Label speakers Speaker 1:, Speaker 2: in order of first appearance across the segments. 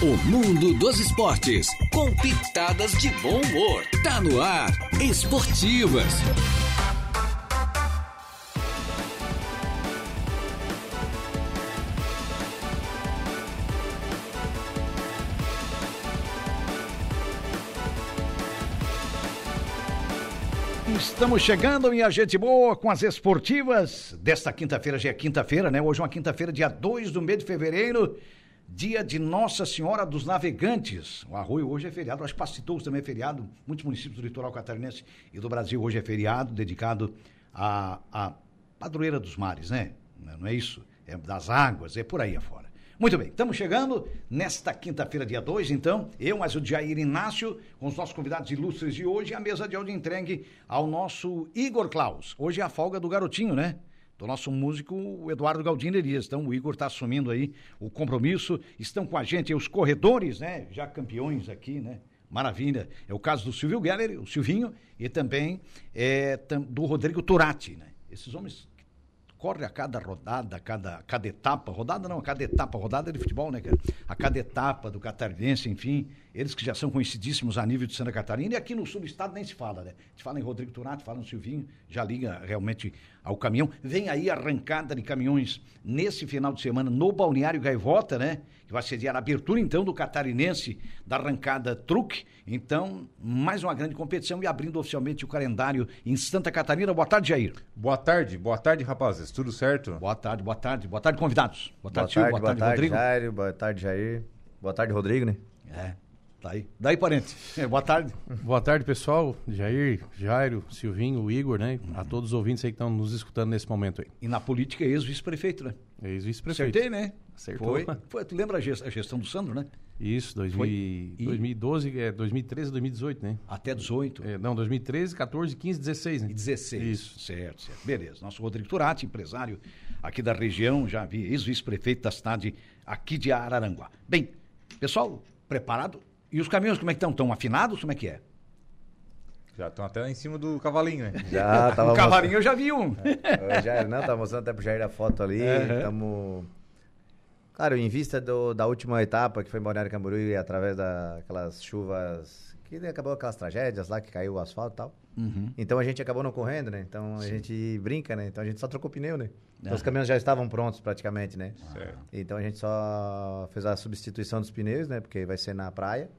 Speaker 1: O mundo dos esportes, com pitadas de bom humor. Tá no ar, Esportivas.
Speaker 2: Estamos chegando, minha gente boa, com as esportivas desta quinta-feira. Já é quinta-feira, né? Hoje é uma quinta-feira, dia 2 do mês de fevereiro, dia de Nossa Senhora dos Navegantes. O Arroio hoje é feriado, acho que Pacitous também é feriado. Muitos municípios do litoral catarinense e do Brasil hoje é feriado, dedicado à, à padroeira dos mares, né? Não é isso? É das águas, é por aí afora. Muito bem, estamos chegando nesta quinta-feira, dia 2, então, eu, mais o Jair Inácio, com os nossos convidados ilustres de hoje, a mesa de áudio entregue ao nosso Igor Klaus. Hoje é a folga do garotinho, né? Do nosso músico Eduardo Galdino Elias. Então, o Igor está assumindo aí o compromisso. Estão com a gente os corredores, né? Já campeões aqui, né? Maravilha. É o caso do Silvio Geller, o Silvinho, e também é, tam- do Rodrigo Turati, né? Esses homens corre a cada rodada, a cada, a cada etapa, rodada não, a cada etapa, rodada é de futebol, né, cara? A cada etapa do catarinense, enfim, eles que já são conhecidíssimos a nível de Santa Catarina, e aqui no sul do estado nem se fala, né? A gente fala em Rodrigo Turati, fala no Silvinho, já liga realmente ao caminhão. Vem aí a arrancada de caminhões nesse final de semana no Balneário Gaivota, né? Que vai sediar a abertura, então, do catarinense da arrancada truque. Então, mais uma grande competição e abrindo oficialmente o calendário em Santa Catarina. Boa tarde, Jair.
Speaker 3: Boa tarde, boa tarde, rapazes. Tudo certo?
Speaker 2: Boa tarde, boa tarde, boa tarde, convidados. Boa
Speaker 4: Boa
Speaker 2: tarde, Silvio,
Speaker 4: tarde, boa tarde,
Speaker 2: Rodrigo.
Speaker 4: Jair. Boa tarde, Jair. Boa tarde, Rodrigo, né?
Speaker 2: É, tá aí. Daí, parente. É, boa tarde.
Speaker 5: Boa tarde, pessoal. Jair, Jairo, Silvinho, Igor, né?
Speaker 3: Uhum.
Speaker 5: A todos os ouvintes aí que estão nos escutando nesse momento aí.
Speaker 2: E na política, ex-vice-prefeito, né?
Speaker 5: É isso, vice-prefeito.
Speaker 2: Acertei, né?
Speaker 5: Acertou.
Speaker 2: Foi. Foi. Tu lembra a ges- a gestão do Sandro, né?
Speaker 5: Isso, 2000, e-
Speaker 2: E-
Speaker 5: 2012, é, 2013, 2018, né?
Speaker 2: Até 18.
Speaker 5: É, não, 2013, 14, 15, 16, né?
Speaker 2: E 16.
Speaker 5: Isso.
Speaker 2: Certo, certo. Beleza. Nosso Rodrigo Turati, empresário aqui da região, já vi ex-vice-prefeito da cidade aqui de Araranguá. Bem, pessoal, preparado? E os caminhões, como é que estão? Estão afinados? Como é que é?
Speaker 3: Já estão até lá em cima do cavalinho, né?
Speaker 4: Já
Speaker 2: o
Speaker 4: tava
Speaker 2: Um
Speaker 4: É.
Speaker 2: cavalinho eu já vi um.
Speaker 4: mostrando. Ô, Jair, não, tava mostrando até pro Jair a foto ali. Tamo... Claro, em vista do- da última etapa que foi em Balneário Camboriú e através daquelas chuvas que acabou aquelas tragédias lá que caiu o asfalto e tal. Então a gente acabou não correndo, né? Então a gente brinca, né? Então a gente só trocou pneu, né? Então os caminhões já estavam prontos praticamente, né?
Speaker 3: Certo.
Speaker 4: Então a gente só fez a substituição dos pneus, né? Porque vai ser na praia.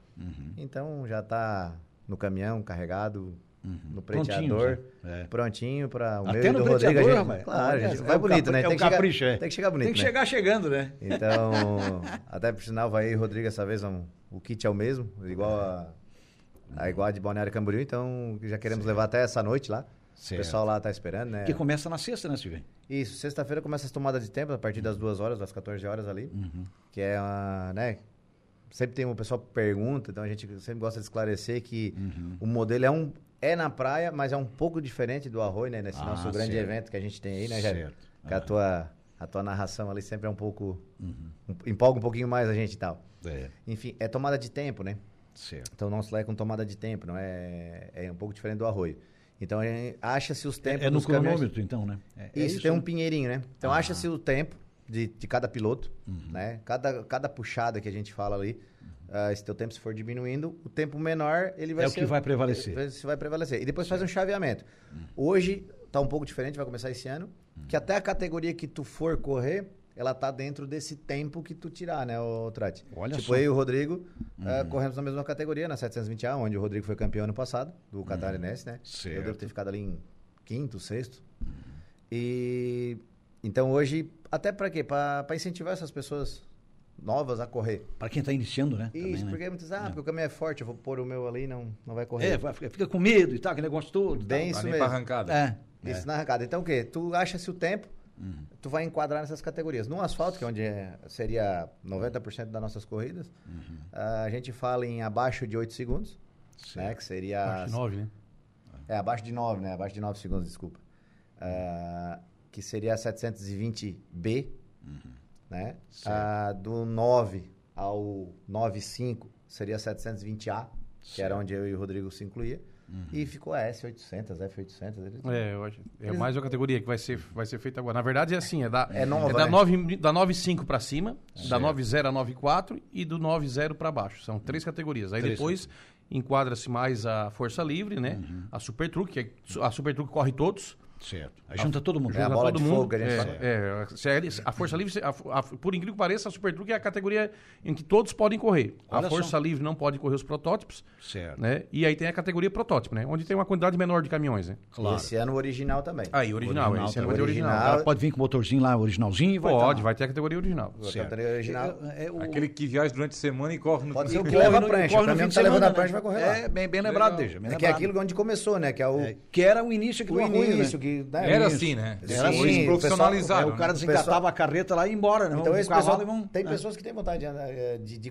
Speaker 4: Então já tá no caminhão carregado, no
Speaker 2: Prontinhos,
Speaker 4: preteador,
Speaker 2: né? É.
Speaker 4: prontinho para o
Speaker 2: Até
Speaker 4: meu e
Speaker 2: no
Speaker 4: do Rodrigo. A
Speaker 2: preteador,
Speaker 4: gente,
Speaker 2: mas-
Speaker 4: claro, a gente
Speaker 2: é,
Speaker 4: vai
Speaker 2: é o
Speaker 4: bonito,
Speaker 2: capri-
Speaker 4: né?
Speaker 2: é o
Speaker 4: que chegar-
Speaker 2: capricho, é.
Speaker 4: Tem que chegar bonito,
Speaker 2: Tem que
Speaker 4: né?
Speaker 2: chegar chegando, né?
Speaker 4: Então, até por sinal, vai aí, Rodrigo, essa vez um- o kit é o mesmo, igual a, a igual a de Balneário Camboriú, então já queremos levar até essa noite lá.
Speaker 2: Certo.
Speaker 4: O pessoal lá tá esperando, né?
Speaker 2: Que começa na sexta, né, Silvio?
Speaker 4: Isso, sexta-feira começa as tomadas de tempo, a partir das duas horas, das 14 horas ali.
Speaker 2: Uhum.
Speaker 4: Que é uma, né? Sempre tem um pessoal que pergunta, então a gente sempre gosta de esclarecer que
Speaker 2: Uhum.
Speaker 4: o modelo é um. É na praia, mas é um pouco diferente do arroio, né? Nesse
Speaker 2: Ah,
Speaker 4: nosso grande
Speaker 2: certo.
Speaker 4: evento que a gente tem aí, né, Jair?
Speaker 2: Certo.
Speaker 4: Que a tua, a tua narração ali sempre é um pouco.
Speaker 2: Uhum.
Speaker 4: um- empolga um pouquinho mais a gente e tal.
Speaker 2: É,
Speaker 4: Enfim, é tomada de tempo, né?
Speaker 2: certo.
Speaker 4: Então o nosso lá é com tomada de tempo, não é, é um pouco diferente do arroio. Então é- acha-se os tempos
Speaker 2: É, é no
Speaker 4: dos caminhões-
Speaker 2: cronômetro, então, né? É, é
Speaker 4: isso, tem um
Speaker 2: né?
Speaker 4: pinheirinho, né? Então acha-se o tempo de, de cada piloto,
Speaker 2: Uhum.
Speaker 4: né? Cada, cada puxada que a gente fala ali, ah, se teu tempo se for diminuindo, o tempo menor ele vai
Speaker 2: É o
Speaker 4: ser...
Speaker 2: que vai prevalecer. Uhum.
Speaker 4: vai- se vai prevalecer. E depois faz um chaveamento. Hoje tá um pouco diferente, vai começar esse ano, que até a categoria que tu for correr, ela tá dentro desse tempo que tu tirar, né, o Trate?
Speaker 2: Olha
Speaker 4: tipo,
Speaker 2: só. Uhum.
Speaker 4: eu e o Rodrigo ah, corremos na mesma categoria, na 720A, onde o Rodrigo foi campeão ano passado, do
Speaker 2: Uhum.
Speaker 4: Catarinense, né? Eu
Speaker 2: Certo.
Speaker 4: devo ter ficado ali em quinto, sexto. E então hoje, até para quê? Para incentivar essas pessoas novas a correr.
Speaker 2: Para quem está iniciando, né?
Speaker 4: Isso,
Speaker 2: Também, né?
Speaker 4: porque muitos, ah, porque o caminho é forte, eu vou pôr o meu ali e não, não vai correr.
Speaker 2: É, vai- fica, fica com medo e tal, aquele negócio todo. e
Speaker 4: Bem
Speaker 3: Tá
Speaker 4: isso
Speaker 3: nem
Speaker 4: mesmo.
Speaker 3: pra arrancada.
Speaker 2: tal. É. Uhum.
Speaker 4: Isso na arrancada. Então o quê? Tu acha-se o tempo, tu vai enquadrar nessas categorias. No asfalto, que é onde é- seria 90% das nossas corridas,
Speaker 2: Uhum.
Speaker 4: a gente fala em abaixo de 8 segundos, né? Que seria...
Speaker 5: Acho que nove, né?
Speaker 4: É, abaixo de 9, né? Abaixo de 9 segundos, desculpa. Ah, que seria a 720B, né? Ah, do 9 ao 9,5 seria a 720A, que era onde eu e o Rodrigo se incluía. e ficou a S800, F800. Né? Eles...
Speaker 5: É, eu acho. É mais uma categoria que vai ser, vai ser feita agora. Na verdade, é assim: é da,
Speaker 4: É nova,
Speaker 5: da
Speaker 4: né?
Speaker 5: 9 da 9,5 para cima, da 9,0 a 9,4 e do 9,0 para baixo. São três categorias. Aí depois enquadra-se mais a Força Livre, né?
Speaker 4: Uhum.
Speaker 5: A Super Truque, que é- a Super Truque corre todos.
Speaker 2: Certo. Aí junta todo mundo.
Speaker 4: É a
Speaker 5: Tá
Speaker 4: bola
Speaker 5: todo
Speaker 4: de
Speaker 5: mundo-
Speaker 4: fogo que a gente
Speaker 5: é,
Speaker 4: fala.
Speaker 5: é, a CL a Força Livre, a- a- por incrível que pareça, a Super Truque é a categoria em que todos podem correr.
Speaker 2: Olha
Speaker 5: a
Speaker 2: só.
Speaker 5: Força Livre não pode correr os protótipos.
Speaker 2: Certo.
Speaker 5: Né? E aí tem a categoria protótipo, né? Onde tem uma quantidade menor de caminhões, né?
Speaker 2: Claro.
Speaker 4: Esse ano o original também.
Speaker 5: Aí, original,
Speaker 2: Original,
Speaker 5: esse ano
Speaker 2: tá.
Speaker 5: vai ter original.
Speaker 2: O cara pode vir com o motorzinho lá, originalzinho? vai
Speaker 5: Pode,
Speaker 2: tá lá.
Speaker 5: vai ter a categoria original.
Speaker 2: Certo.
Speaker 4: Cantoria original.
Speaker 2: É, é o-
Speaker 3: Aquele que viaja durante a semana e corre no
Speaker 4: Pode ser
Speaker 3: e
Speaker 4: o que
Speaker 3: corre
Speaker 4: leva a
Speaker 3: no-
Speaker 4: prancha.
Speaker 2: corre
Speaker 4: Pra
Speaker 2: no
Speaker 4: mim,
Speaker 2: fim de
Speaker 4: tá levando
Speaker 2: semana,
Speaker 4: a prancha,
Speaker 2: né?
Speaker 4: vai correr lá.
Speaker 2: É, bem, bem lembrado, deixa. bem
Speaker 4: É que é
Speaker 2: lembrado.
Speaker 4: aquilo onde começou, né? Que é o,
Speaker 2: É, que era o início que
Speaker 4: o
Speaker 2: do arruio,
Speaker 4: início.
Speaker 2: né?
Speaker 4: Que, né?
Speaker 3: Era
Speaker 4: Isso.
Speaker 3: assim, né?
Speaker 4: Era
Speaker 3: Hoje
Speaker 4: assim, o
Speaker 3: profissionalizaram.
Speaker 2: É, o cara
Speaker 3: né?
Speaker 2: desengatava a carreta lá e ia embora, né?
Speaker 4: Então,
Speaker 2: Vamos
Speaker 4: esse
Speaker 2: pro cavalo
Speaker 4: pessoal,
Speaker 2: e vamos-
Speaker 4: tem
Speaker 2: É.
Speaker 4: pessoas que têm vontade de, andar, eh, de, de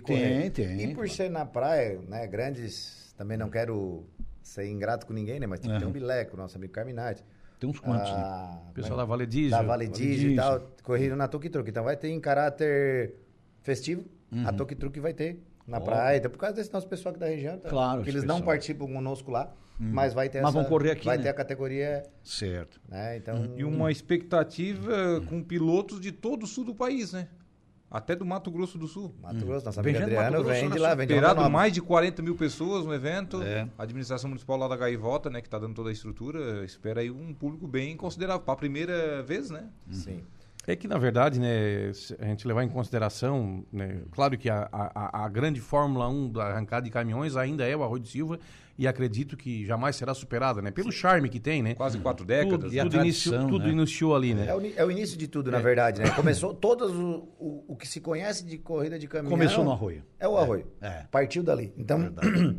Speaker 2: Tem,
Speaker 4: correr.
Speaker 2: tem,
Speaker 4: E por
Speaker 2: claro.
Speaker 4: ser na praia, né, grandes, também não quero ser ingrato com ninguém, né, mas tem que ter um bileco, nosso amigo Carminati.
Speaker 2: Tem uns quantos, né?
Speaker 4: ah,
Speaker 5: O pessoal da Vale Diesel.
Speaker 4: da Vale Digio e tal, corrido na Tuk Truck. Então vai ter em caráter festivo, a
Speaker 2: Uhum.
Speaker 4: Tuk Truck vai ter na praia, então, por causa desse nosso pessoal aqui da região, tá?
Speaker 2: Claro,
Speaker 4: que
Speaker 2: esse
Speaker 4: eles não
Speaker 2: pessoal. Uhum.
Speaker 4: participam conosco lá, mas vai ter
Speaker 2: Mas
Speaker 4: essa,
Speaker 2: vão correr aqui,
Speaker 4: vai
Speaker 2: né? Uhum.
Speaker 4: ter a categoria,
Speaker 2: Certo.
Speaker 4: né, então...
Speaker 3: E uma expectativa com pilotos de todo o sul do país, né? Até do Mato Grosso do Sul.
Speaker 4: Mato Grosso, nossa
Speaker 2: Uhum. Vem
Speaker 4: amiga
Speaker 2: gente do Mato
Speaker 4: Adriano
Speaker 2: Grosso,
Speaker 4: vende
Speaker 2: né?
Speaker 4: lá, vende
Speaker 3: Esperado
Speaker 4: Rondonópolis.
Speaker 3: mais de 40 mil pessoas no evento.
Speaker 2: É.
Speaker 3: A administração municipal lá da Gaivota, né, que está dando toda a estrutura, espera aí um público bem considerável. Para a primeira vez, né?
Speaker 4: Sim.
Speaker 5: É que, na verdade, né, se a gente levar em consideração, né, claro que a, a- a grande Fórmula 1 da arrancada de caminhões ainda é o Arroio de Silva e acredito que jamais será superada, né? Pelo charme que tem, né?
Speaker 3: Quase quatro
Speaker 5: Tudo,
Speaker 3: décadas.
Speaker 5: tudo,
Speaker 2: E a tradição,
Speaker 5: iniciou, tudo
Speaker 2: né?
Speaker 5: iniciou ali, né?
Speaker 4: É o, ni- é o início de tudo, na verdade, né? Começou todas o, o, o que se conhece de corrida de caminhão.
Speaker 2: Começou no arroio.
Speaker 4: É o arroio.
Speaker 2: É.
Speaker 4: Partiu dali. Então,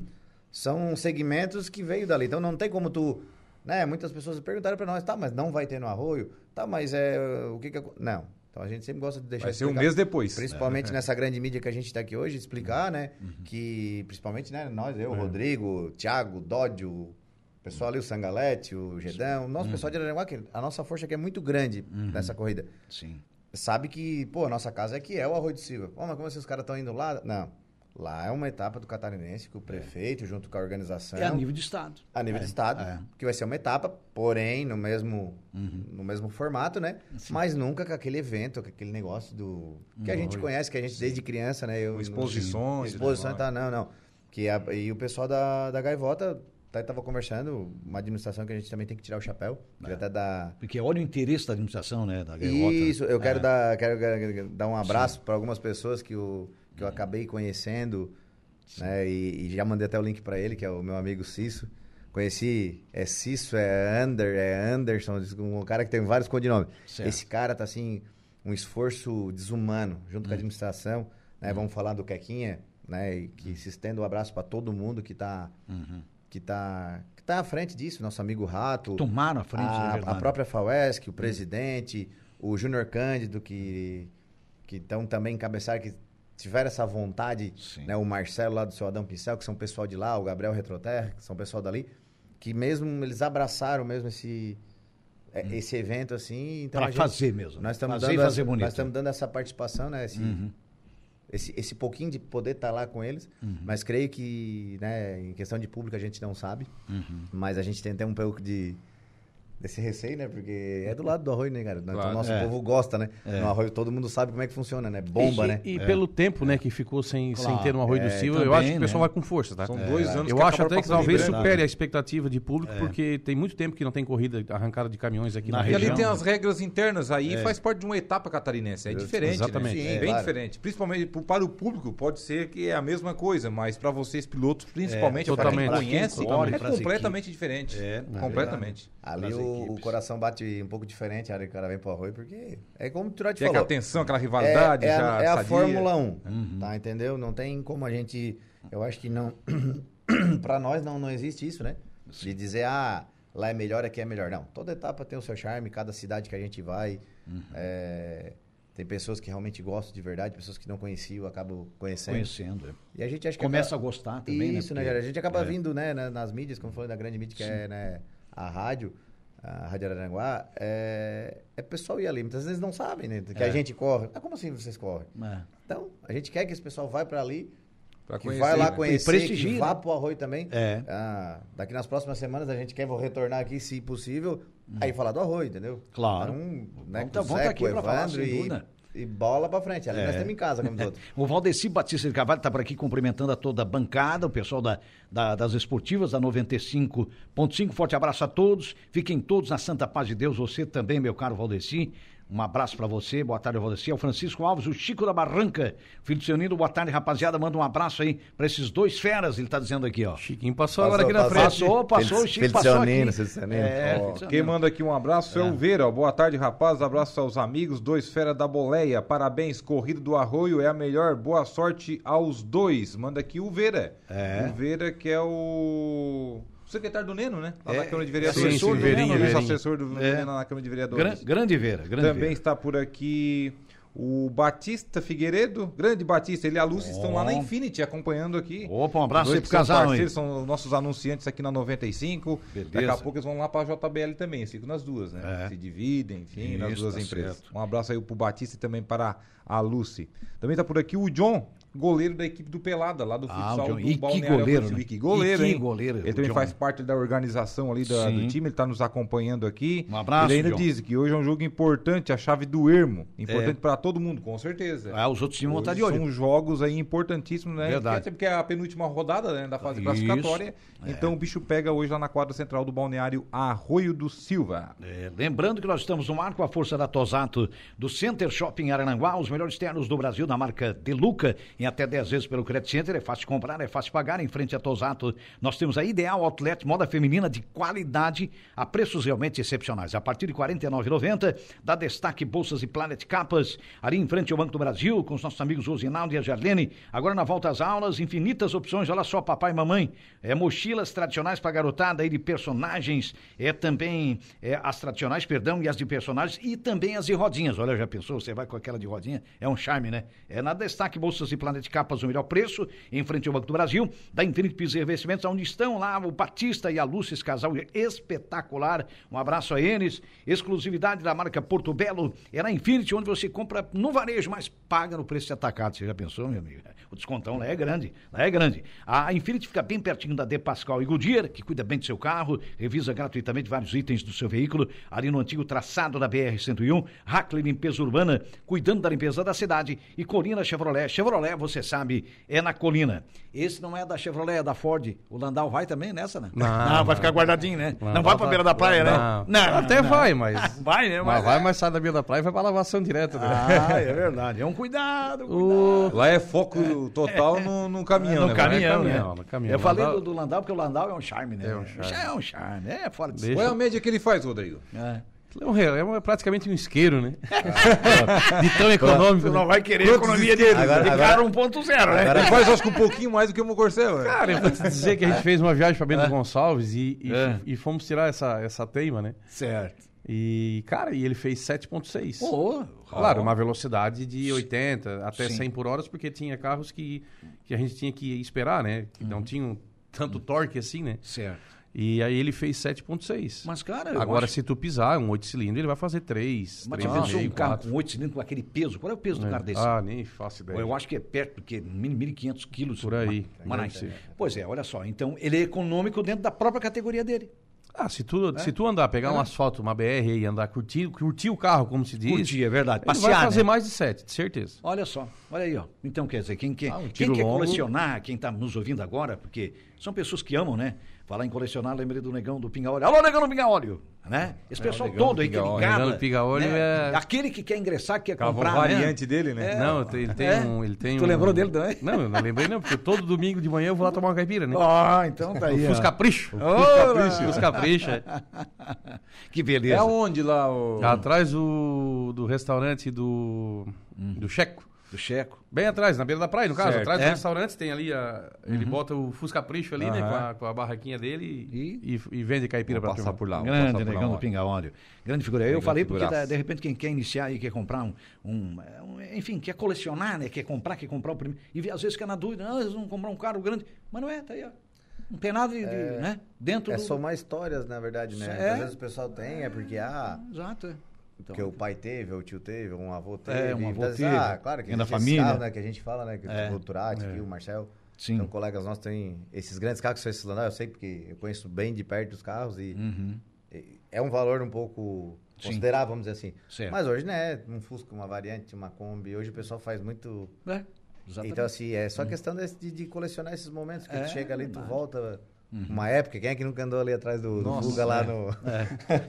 Speaker 4: são segmentos que veio dali. Então não tem como tu, né? Muitas pessoas perguntaram pra nós, tá, mas não vai ter no arroio? Tá, mas é o que que é co-" não. Então a gente sempre gosta de deixar
Speaker 3: Vai ser um
Speaker 4: explicar.
Speaker 3: mês depois.
Speaker 4: Principalmente nessa grande mídia que a gente está aqui hoje, explicar, né? Que, principalmente, né, nós, eu, Rodrigo, Thiago, Dódio, o pessoal ali, o Sangalete, o Gedão, o nosso pessoal de Araranguá, que a nossa força aqui é muito grande nessa corrida.
Speaker 2: Sim.
Speaker 4: Sabe que, pô, a nossa casa aqui é o Arroio de Silva. Pô, mas como esses caras estão indo lá? Não. Lá é uma etapa do catarinense que o prefeito, junto com a organização,
Speaker 2: É a nível de estado.
Speaker 4: a nível de estado,
Speaker 2: é.
Speaker 4: que vai ser uma etapa, porém no mesmo
Speaker 3: Uhum.
Speaker 4: no mesmo formato, né? Mas nunca com aquele evento, com aquele negócio do que a gente conhece, que a gente desde criança, né? Eu,
Speaker 3: Uhum. Com exposições,
Speaker 4: exposições,
Speaker 3: né?
Speaker 4: tá? Não, não. Que a- e o pessoal da, da Gaivota tá, tava conversando, uma administração que a gente também tem que tirar o chapéu,
Speaker 3: É.
Speaker 4: que até da
Speaker 2: Porque olha o interesse da administração, né? Da gaivota. né?
Speaker 4: isso, eu quero, dar, quero, quero dar um abraço para algumas pessoas que eu, que
Speaker 2: Uhum.
Speaker 4: eu acabei conhecendo, né? E, e já mandei até o link para ele, que é o meu amigo Cício. Conheci, é Cício, é Ander, é Anderson, um cara que tem vários codinomes.
Speaker 2: Certo.
Speaker 4: Esse cara tá assim, um esforço desumano junto com
Speaker 2: Uhum.
Speaker 4: a administração, né? Vamos falar do Quequinha, né? E
Speaker 2: Uhum.
Speaker 4: que se estenda um abraço para todo mundo que tá, que, tá, que tá à frente disso, nosso amigo Rato
Speaker 2: Tomaram a frente, né,
Speaker 4: Ah, a, a
Speaker 2: verdade.
Speaker 4: própria FAUESC, o presidente, o Júnior Cândido, que que estão também encabeçaram, que tiveram essa vontade,
Speaker 2: Sim.
Speaker 4: né? O Marcelo lá do seu Adão Pincel, que são pessoal de lá, o Gabriel Retroterra, que são pessoal dali, que mesmo eles abraçaram mesmo esse é, esse evento assim, então
Speaker 2: Pra
Speaker 4: a gente-
Speaker 2: fazer mesmo. né?
Speaker 4: Nós estamos
Speaker 2: Fazer
Speaker 4: dando
Speaker 2: e fazer
Speaker 4: essa-
Speaker 2: bonito.
Speaker 4: nós estamos dando essa participação, né, esse Esse, esse pouquinho de poder estar lá com eles, mas creio que, né, em questão de público a gente não sabe, mas a gente tem até um pouco de, desse receio, né? Porque é do lado do arroio, né, cara? Então,
Speaker 3: Claro.
Speaker 4: nosso
Speaker 2: É.
Speaker 4: povo gosta, né? No arroio todo mundo sabe como é que funciona, né? Bomba,
Speaker 5: e,
Speaker 4: né?
Speaker 5: E pelo tempo, né, que ficou sem,
Speaker 2: Claro.
Speaker 5: sem ter um arroio
Speaker 2: É,
Speaker 5: do Silva, eu
Speaker 2: também,
Speaker 5: acho que o pessoal
Speaker 2: né?
Speaker 5: vai com força, tá?
Speaker 3: São dois anos
Speaker 5: Eu
Speaker 3: que
Speaker 5: acho
Speaker 3: acabaram
Speaker 5: até que
Speaker 3: passando
Speaker 5: talvez
Speaker 3: em branco.
Speaker 5: supere a expectativa de público, porque tem muito tempo que não tem corrida arrancada de caminhões aqui
Speaker 2: Na
Speaker 5: na,
Speaker 3: E
Speaker 5: região.
Speaker 3: ali
Speaker 2: região,
Speaker 3: tem
Speaker 2: né?
Speaker 3: as regras internas, aí faz parte de uma etapa catarinense. É diferente,
Speaker 5: Exatamente.
Speaker 3: né?
Speaker 4: Sim,
Speaker 3: é bem
Speaker 4: claro.
Speaker 3: diferente. Principalmente pro- para o público, pode ser que é a mesma coisa, mas para vocês pilotos, principalmente, para quem
Speaker 5: totalmente. Pra quem
Speaker 3: conhece,
Speaker 2: corre,
Speaker 3: é
Speaker 2: pras
Speaker 3: completamente diferente. completamente.
Speaker 4: Ali o, o coração bate um pouco diferente, a hora que o cara vem pro arroio, porque é como o Turati
Speaker 3: Tem aquela
Speaker 4: falou.
Speaker 3: tensão, aquela rivalidade,
Speaker 4: é, é
Speaker 3: já
Speaker 4: a, é a
Speaker 3: sadia.
Speaker 4: Fórmula 1, tá? Entendeu? Não tem como a gente. Eu acho que não. pra nós não, não existe isso, né? De dizer, ah, lá é melhor, aqui é melhor. Não. Toda etapa tem o seu charme, cada cidade que a gente vai. é, tem pessoas que realmente gostam de verdade, pessoas que não conheciam, acabam conhecendo.
Speaker 2: Conhecendo. é.
Speaker 4: E a gente acha que
Speaker 2: Começa a
Speaker 4: acaba-
Speaker 2: gostar também,
Speaker 4: Isso,
Speaker 2: né?
Speaker 4: né,
Speaker 2: Porque-
Speaker 4: galera? A gente acaba vindo, né, na- nas mídias, como falou da grande mídia, que é né, a rádio, a Rádio Araranguá, é, é pessoal ir ali. Muitas vezes não sabem, né? Que a gente corre. Ah, como assim vocês correm?
Speaker 2: É.
Speaker 4: Então, a gente quer que esse pessoal vá pra ali
Speaker 3: Pra
Speaker 4: Que vai lá
Speaker 3: né?
Speaker 4: conhecer,
Speaker 2: prestigia,
Speaker 4: que
Speaker 2: né?
Speaker 4: vá pro Arroio também.
Speaker 2: É.
Speaker 4: Ah, daqui nas próximas semanas a gente quer vou retornar aqui, se possível, aí falar do Arroio, entendeu?
Speaker 2: Hum. Claro.
Speaker 4: Um, né,
Speaker 2: Vamos
Speaker 4: com
Speaker 2: tá-
Speaker 4: o
Speaker 2: vamos tá
Speaker 4: Zeca,
Speaker 2: aqui
Speaker 4: o
Speaker 2: pra falar,
Speaker 4: Evandro
Speaker 2: sem
Speaker 4: e,
Speaker 2: dúvida. É.
Speaker 4: e bola pra frente. Ali nós estamos em casa, como os outros.
Speaker 2: O Valdeci Batista de Carvalho está por aqui cumprimentando a toda a bancada, o pessoal da- da- das esportivas da 95.5. Forte abraço a todos. Fiquem todos na santa paz de Deus. Você também, meu caro Valdeci. Um abraço para você. Boa tarde, Valdeci. É o Francisco Alves, o Chico da Barranca. Filho do seu Nino, boa tarde, rapaziada. Manda um abraço aí para esses dois feras, ele tá dizendo aqui, ó.
Speaker 5: Chiquinho passou, agora aqui na frente.
Speaker 2: passou. o Chico passou aqui.
Speaker 4: Felicianino, Felicianino.
Speaker 2: É,
Speaker 4: Ó,
Speaker 2: Felicianino.
Speaker 3: Quem manda aqui um abraço é, o Vera. ó. Boa tarde, rapaz. Abraço aos amigos. Dois fera da boleia. Parabéns. Corrida do Arroio é a melhor. Boa sorte aos dois. Manda aqui o Vera.
Speaker 2: É.
Speaker 3: O Vera que é o o secretário do Neno, né? Lá na Câmara de
Speaker 5: Sim,
Speaker 3: Vereadores.
Speaker 5: sim,
Speaker 3: Assessor do
Speaker 5: Verinha,
Speaker 3: Neno, né?
Speaker 5: Verinha.
Speaker 3: Assessor do
Speaker 2: É.
Speaker 3: Neno lá na Câmara de Vereadores.
Speaker 2: Gran- grande Vera, grande
Speaker 3: Também
Speaker 2: Vera.
Speaker 3: está por aqui o Batista Figueiredo, grande Batista, ele e a Lúcia estão lá na Infinity acompanhando aqui.
Speaker 2: Opa, um abraço
Speaker 3: Dois
Speaker 2: aí pro
Speaker 3: que são
Speaker 2: casal, hein?
Speaker 3: parceiros, São os nossos anunciantes aqui na 95.
Speaker 2: Beleza.
Speaker 3: Daqui a pouco eles vão lá pra JBL também, eles ficam nas duas, né?
Speaker 2: É.
Speaker 3: Se dividem, enfim,
Speaker 2: Isso,
Speaker 3: nas duas
Speaker 2: tá
Speaker 3: empresas.
Speaker 2: certo.
Speaker 3: Um abraço aí pro Batista e também para a Lucy. Também está por aqui o John, goleiro da equipe do Pelada, lá do
Speaker 2: Ah, o
Speaker 3: futsal
Speaker 2: John.
Speaker 3: do
Speaker 2: E que
Speaker 3: Balneário
Speaker 2: goleiro,
Speaker 3: Camboriú.
Speaker 2: né?
Speaker 3: E que goleiro,
Speaker 2: E que
Speaker 3: hein?
Speaker 2: goleiro,
Speaker 3: Ele
Speaker 2: o
Speaker 3: também
Speaker 2: John.
Speaker 3: faz parte da organização ali da-
Speaker 2: Sim.
Speaker 3: do time, ele tá nos acompanhando aqui.
Speaker 2: Um abraço,
Speaker 3: Ele ainda
Speaker 2: John.
Speaker 3: diz diz que hoje é um jogo importante, a chave do ermo. Importante pra todo mundo, com certeza.
Speaker 2: Ah, os outros times vão
Speaker 3: Hoje
Speaker 2: estar de olho.
Speaker 3: São jogos aí importantíssimos, né?
Speaker 2: Verdade.
Speaker 3: Até porque é a penúltima rodada né, da fase
Speaker 2: Isso.
Speaker 3: classificatória. Então o bicho pega hoje lá na quadra central do balneário Arroio do Silva.
Speaker 2: É, lembrando que nós estamos no ar com a força da Tosato do Center Shopping Arananguá, os melhores ternos do Brasil da marca Deluca, em até 10 vezes pelo Credit Center, é fácil comprar, é fácil pagar, em frente à Tosato nós temos a Ideal Outlet, moda feminina de qualidade, a preços realmente excepcionais, a partir de R$ 49,90 dá destaque Bolsas e Planet Capas, ali em frente ao Banco do Brasil, com os nossos amigos Rosinaldo e a Jarlene, agora na volta às aulas, infinitas opções, olha só, papai e mamãe, é, mochilas tradicionais para garotada aí de personagens, é também é, as tradicionais, perdão, e as de personagens e também as de rodinhas. Olha, já pensou? Você vai com aquela de rodinha? É um charme, né? É na Destaque Bolsas e Planet Capas o melhor preço, em frente ao Banco do Brasil, da Infinity Pisos e Revestimentos, onde estão lá o Batista e a Lúcia, esse casal espetacular. Um abraço a eles. Exclusividade da marca Porto Belo é na Infinity, onde você compra no varejo, mas paga no preço de atacado. Você já pensou, meu amigo? O descontão lá é grande, lá é grande. A Infinity fica bem pertinho da De Pascal e Goodyear, que cuida bem do seu carro, revisa gratuitamente vários itens do seu veículo, ali no antigo traçado da BR-101, Hackley Limpeza Urbana, cuidando da limpeza da cidade, e Colina Chevrolet. Chevrolet, você sabe, é na Colina. Esse não é da Chevrolet, é da Ford. O Landau vai também nessa, né?
Speaker 5: Não,
Speaker 2: vai
Speaker 5: não.
Speaker 2: ficar guardadinho, né? Não, vai pra
Speaker 5: vai-
Speaker 2: beira da praia, né?
Speaker 5: Não, até vai, mas.
Speaker 2: Vai, né?
Speaker 5: Mas é vai, mas sai da beira da praia e vai pra lavação direta. né?
Speaker 2: Ah, é verdade. É um cuidado.
Speaker 5: O-
Speaker 3: Lá é foco total no, no caminhão.
Speaker 2: No
Speaker 3: né?
Speaker 2: caminhão,
Speaker 5: no
Speaker 2: né?
Speaker 5: caminhão, no caminhão.
Speaker 2: Eu falei
Speaker 5: Landau-
Speaker 2: do, do Landau porque o Landau é um charme, né?
Speaker 5: É um charme.
Speaker 2: É um charme, é fora de
Speaker 5: Deixa-
Speaker 3: Qual é a média que ele faz, Rodrigo?
Speaker 2: É.
Speaker 5: É, um re- é um- é praticamente um isqueiro, né? De tão econômico.
Speaker 2: Tu
Speaker 5: né?
Speaker 2: não vai querer a economia de,
Speaker 4: Agora-
Speaker 2: de
Speaker 4: agora-
Speaker 2: carro 1.0, né?
Speaker 4: agora-
Speaker 3: Ele faz acho que um pouquinho mais do que o Mocorcel. né?
Speaker 5: Cara, eu vou te dizer que a gente fez uma viagem pra Bento Gonçalves e, e-
Speaker 2: É.
Speaker 5: e fomos tirar essa, essa teima, né?
Speaker 2: Certo.
Speaker 5: E, cara, e ele fez 7.6.
Speaker 2: Pô,
Speaker 5: Claro, uma velocidade de 80 até
Speaker 2: Sim.
Speaker 5: 100 por hora, porque tinha carros que, que a gente tinha que esperar, né? Que
Speaker 2: Uhum.
Speaker 5: não tinham tanto torque assim, né?
Speaker 2: Certo.
Speaker 5: E aí ele fez 7.6.
Speaker 2: Mas, cara, eu
Speaker 5: Agora,
Speaker 2: acho-
Speaker 5: se tu pisar um 8 cilindros, ele vai fazer 3,
Speaker 2: Mas já pensou um
Speaker 5: 3,5,
Speaker 2: carro com
Speaker 5: 4.
Speaker 2: 8 cilindros com aquele peso? Qual é o peso do carro desse?
Speaker 5: Ah, nem faço ideia.
Speaker 2: Eu acho que é perto, porque mil- 1.500 quilos.
Speaker 5: Por aí.
Speaker 2: Ma- Manaus.
Speaker 5: Deve ser.
Speaker 2: Pois é, olha só. Então, ele é econômico dentro da própria categoria dele.
Speaker 5: Ah, se tu,
Speaker 2: É?
Speaker 5: se tu andar, pegar
Speaker 2: né?
Speaker 5: um asfalto, uma BR e andar, curtir, curtir o carro, como se diz.
Speaker 2: Curtir, é verdade.
Speaker 5: ele
Speaker 2: Passear,
Speaker 5: vai fazer
Speaker 2: né?
Speaker 5: mais de 7, de certeza.
Speaker 2: Olha só, olha aí, ó. Então, quer dizer, quem quer,
Speaker 5: Ah, um
Speaker 2: quem
Speaker 5: tiro
Speaker 2: quer
Speaker 5: longo.
Speaker 2: colecionar, quem tá nos ouvindo agora, porque são pessoas que amam, né? Falar em colecionar, lembrei do negão do Pinga Óleo. Alô, negão do Pinga Óleo! Né? Esse pessoal
Speaker 3: Negão do
Speaker 2: todo aí que
Speaker 3: Pinga Óleo.
Speaker 2: ligava.
Speaker 5: É, Negão do Pinga Óleo
Speaker 2: né?
Speaker 5: é-
Speaker 2: Aquele que quer ingressar, que quer
Speaker 3: Cava
Speaker 2: comprar.
Speaker 3: um variante dele, né?
Speaker 2: É.
Speaker 5: Não, ele tem
Speaker 2: É?
Speaker 5: um. Ele tem
Speaker 2: Tu
Speaker 5: um-
Speaker 2: lembrou dele também?
Speaker 5: Não, eu não lembrei, não, porque todo domingo de manhã eu vou lá tomar uma caipira, né?
Speaker 2: Ó, então tá aí. ó.
Speaker 5: Os caprichos. Os caprichos. é.
Speaker 2: Que beleza.
Speaker 3: É
Speaker 5: um
Speaker 3: onde lá o.
Speaker 5: Atrás do, do restaurante do, do Checo.
Speaker 2: Do Checo.
Speaker 5: Bem atrás, na beira da praia, no caso.
Speaker 3: Certo.
Speaker 5: Atrás
Speaker 2: É.
Speaker 5: do restaurante tem ali, a- ele bota o Fusca Capricho ali, né? Com a, com a barraquinha dele e, e, e vende caipira pra
Speaker 3: Passar
Speaker 5: turma.
Speaker 3: por lá. vou
Speaker 2: Grande
Speaker 3: passar por lá
Speaker 2: negão
Speaker 3: uma
Speaker 2: do
Speaker 3: hora.
Speaker 2: Pinga um Óleo. Grande figura. Eu
Speaker 3: Negão
Speaker 2: falei porque,
Speaker 3: figuraça.
Speaker 2: tá, de repente, quem quer iniciar e quer comprar um, um, é, um, Enfim, quer colecionar, né? Quer comprar, quer comprar o primeiro. E vê, às vezes fica na dúvida, ah, eles vão comprar um carro grande. Mas não é, tá aí, ó. Não tem nada de. de, né? Dentro
Speaker 4: É
Speaker 2: do.
Speaker 4: somar histórias, na verdade, né?
Speaker 2: É.
Speaker 4: Às vezes o pessoal tem, é porque, ah,
Speaker 2: Exato. é. Então,
Speaker 4: Porque o pai teve, ou o tio teve, ou um avô teve.
Speaker 2: É, um avô
Speaker 4: então,
Speaker 2: teve.
Speaker 4: Ah, claro que
Speaker 2: Vem da
Speaker 4: existe esse
Speaker 2: família. É,
Speaker 4: Carro, né, que a gente fala, né? Que o Turati, que o Marcel.
Speaker 2: Sim.
Speaker 4: Então, colegas nossos têm esses grandes carros que são esses Landau, ah, eu sei porque eu conheço bem de perto os carros e
Speaker 2: Uhum.
Speaker 4: e é um valor um pouco
Speaker 2: Sim.
Speaker 4: considerável, vamos dizer assim.
Speaker 2: Certo.
Speaker 4: Mas hoje, né, um Fusca, uma variante, uma Kombi, hoje o pessoal faz muito...
Speaker 2: É, exatamente. Hum.
Speaker 4: Então, assim, é só questão desse- de, de colecionar esses momentos que
Speaker 2: É,
Speaker 4: tu chega ali, tu
Speaker 2: verdade. Uhum.
Speaker 4: volta... Uma época, quem é que nunca andou ali atrás do, do
Speaker 3: Nossa,
Speaker 4: Fuga
Speaker 2: é.
Speaker 4: lá
Speaker 3: né?
Speaker 4: no,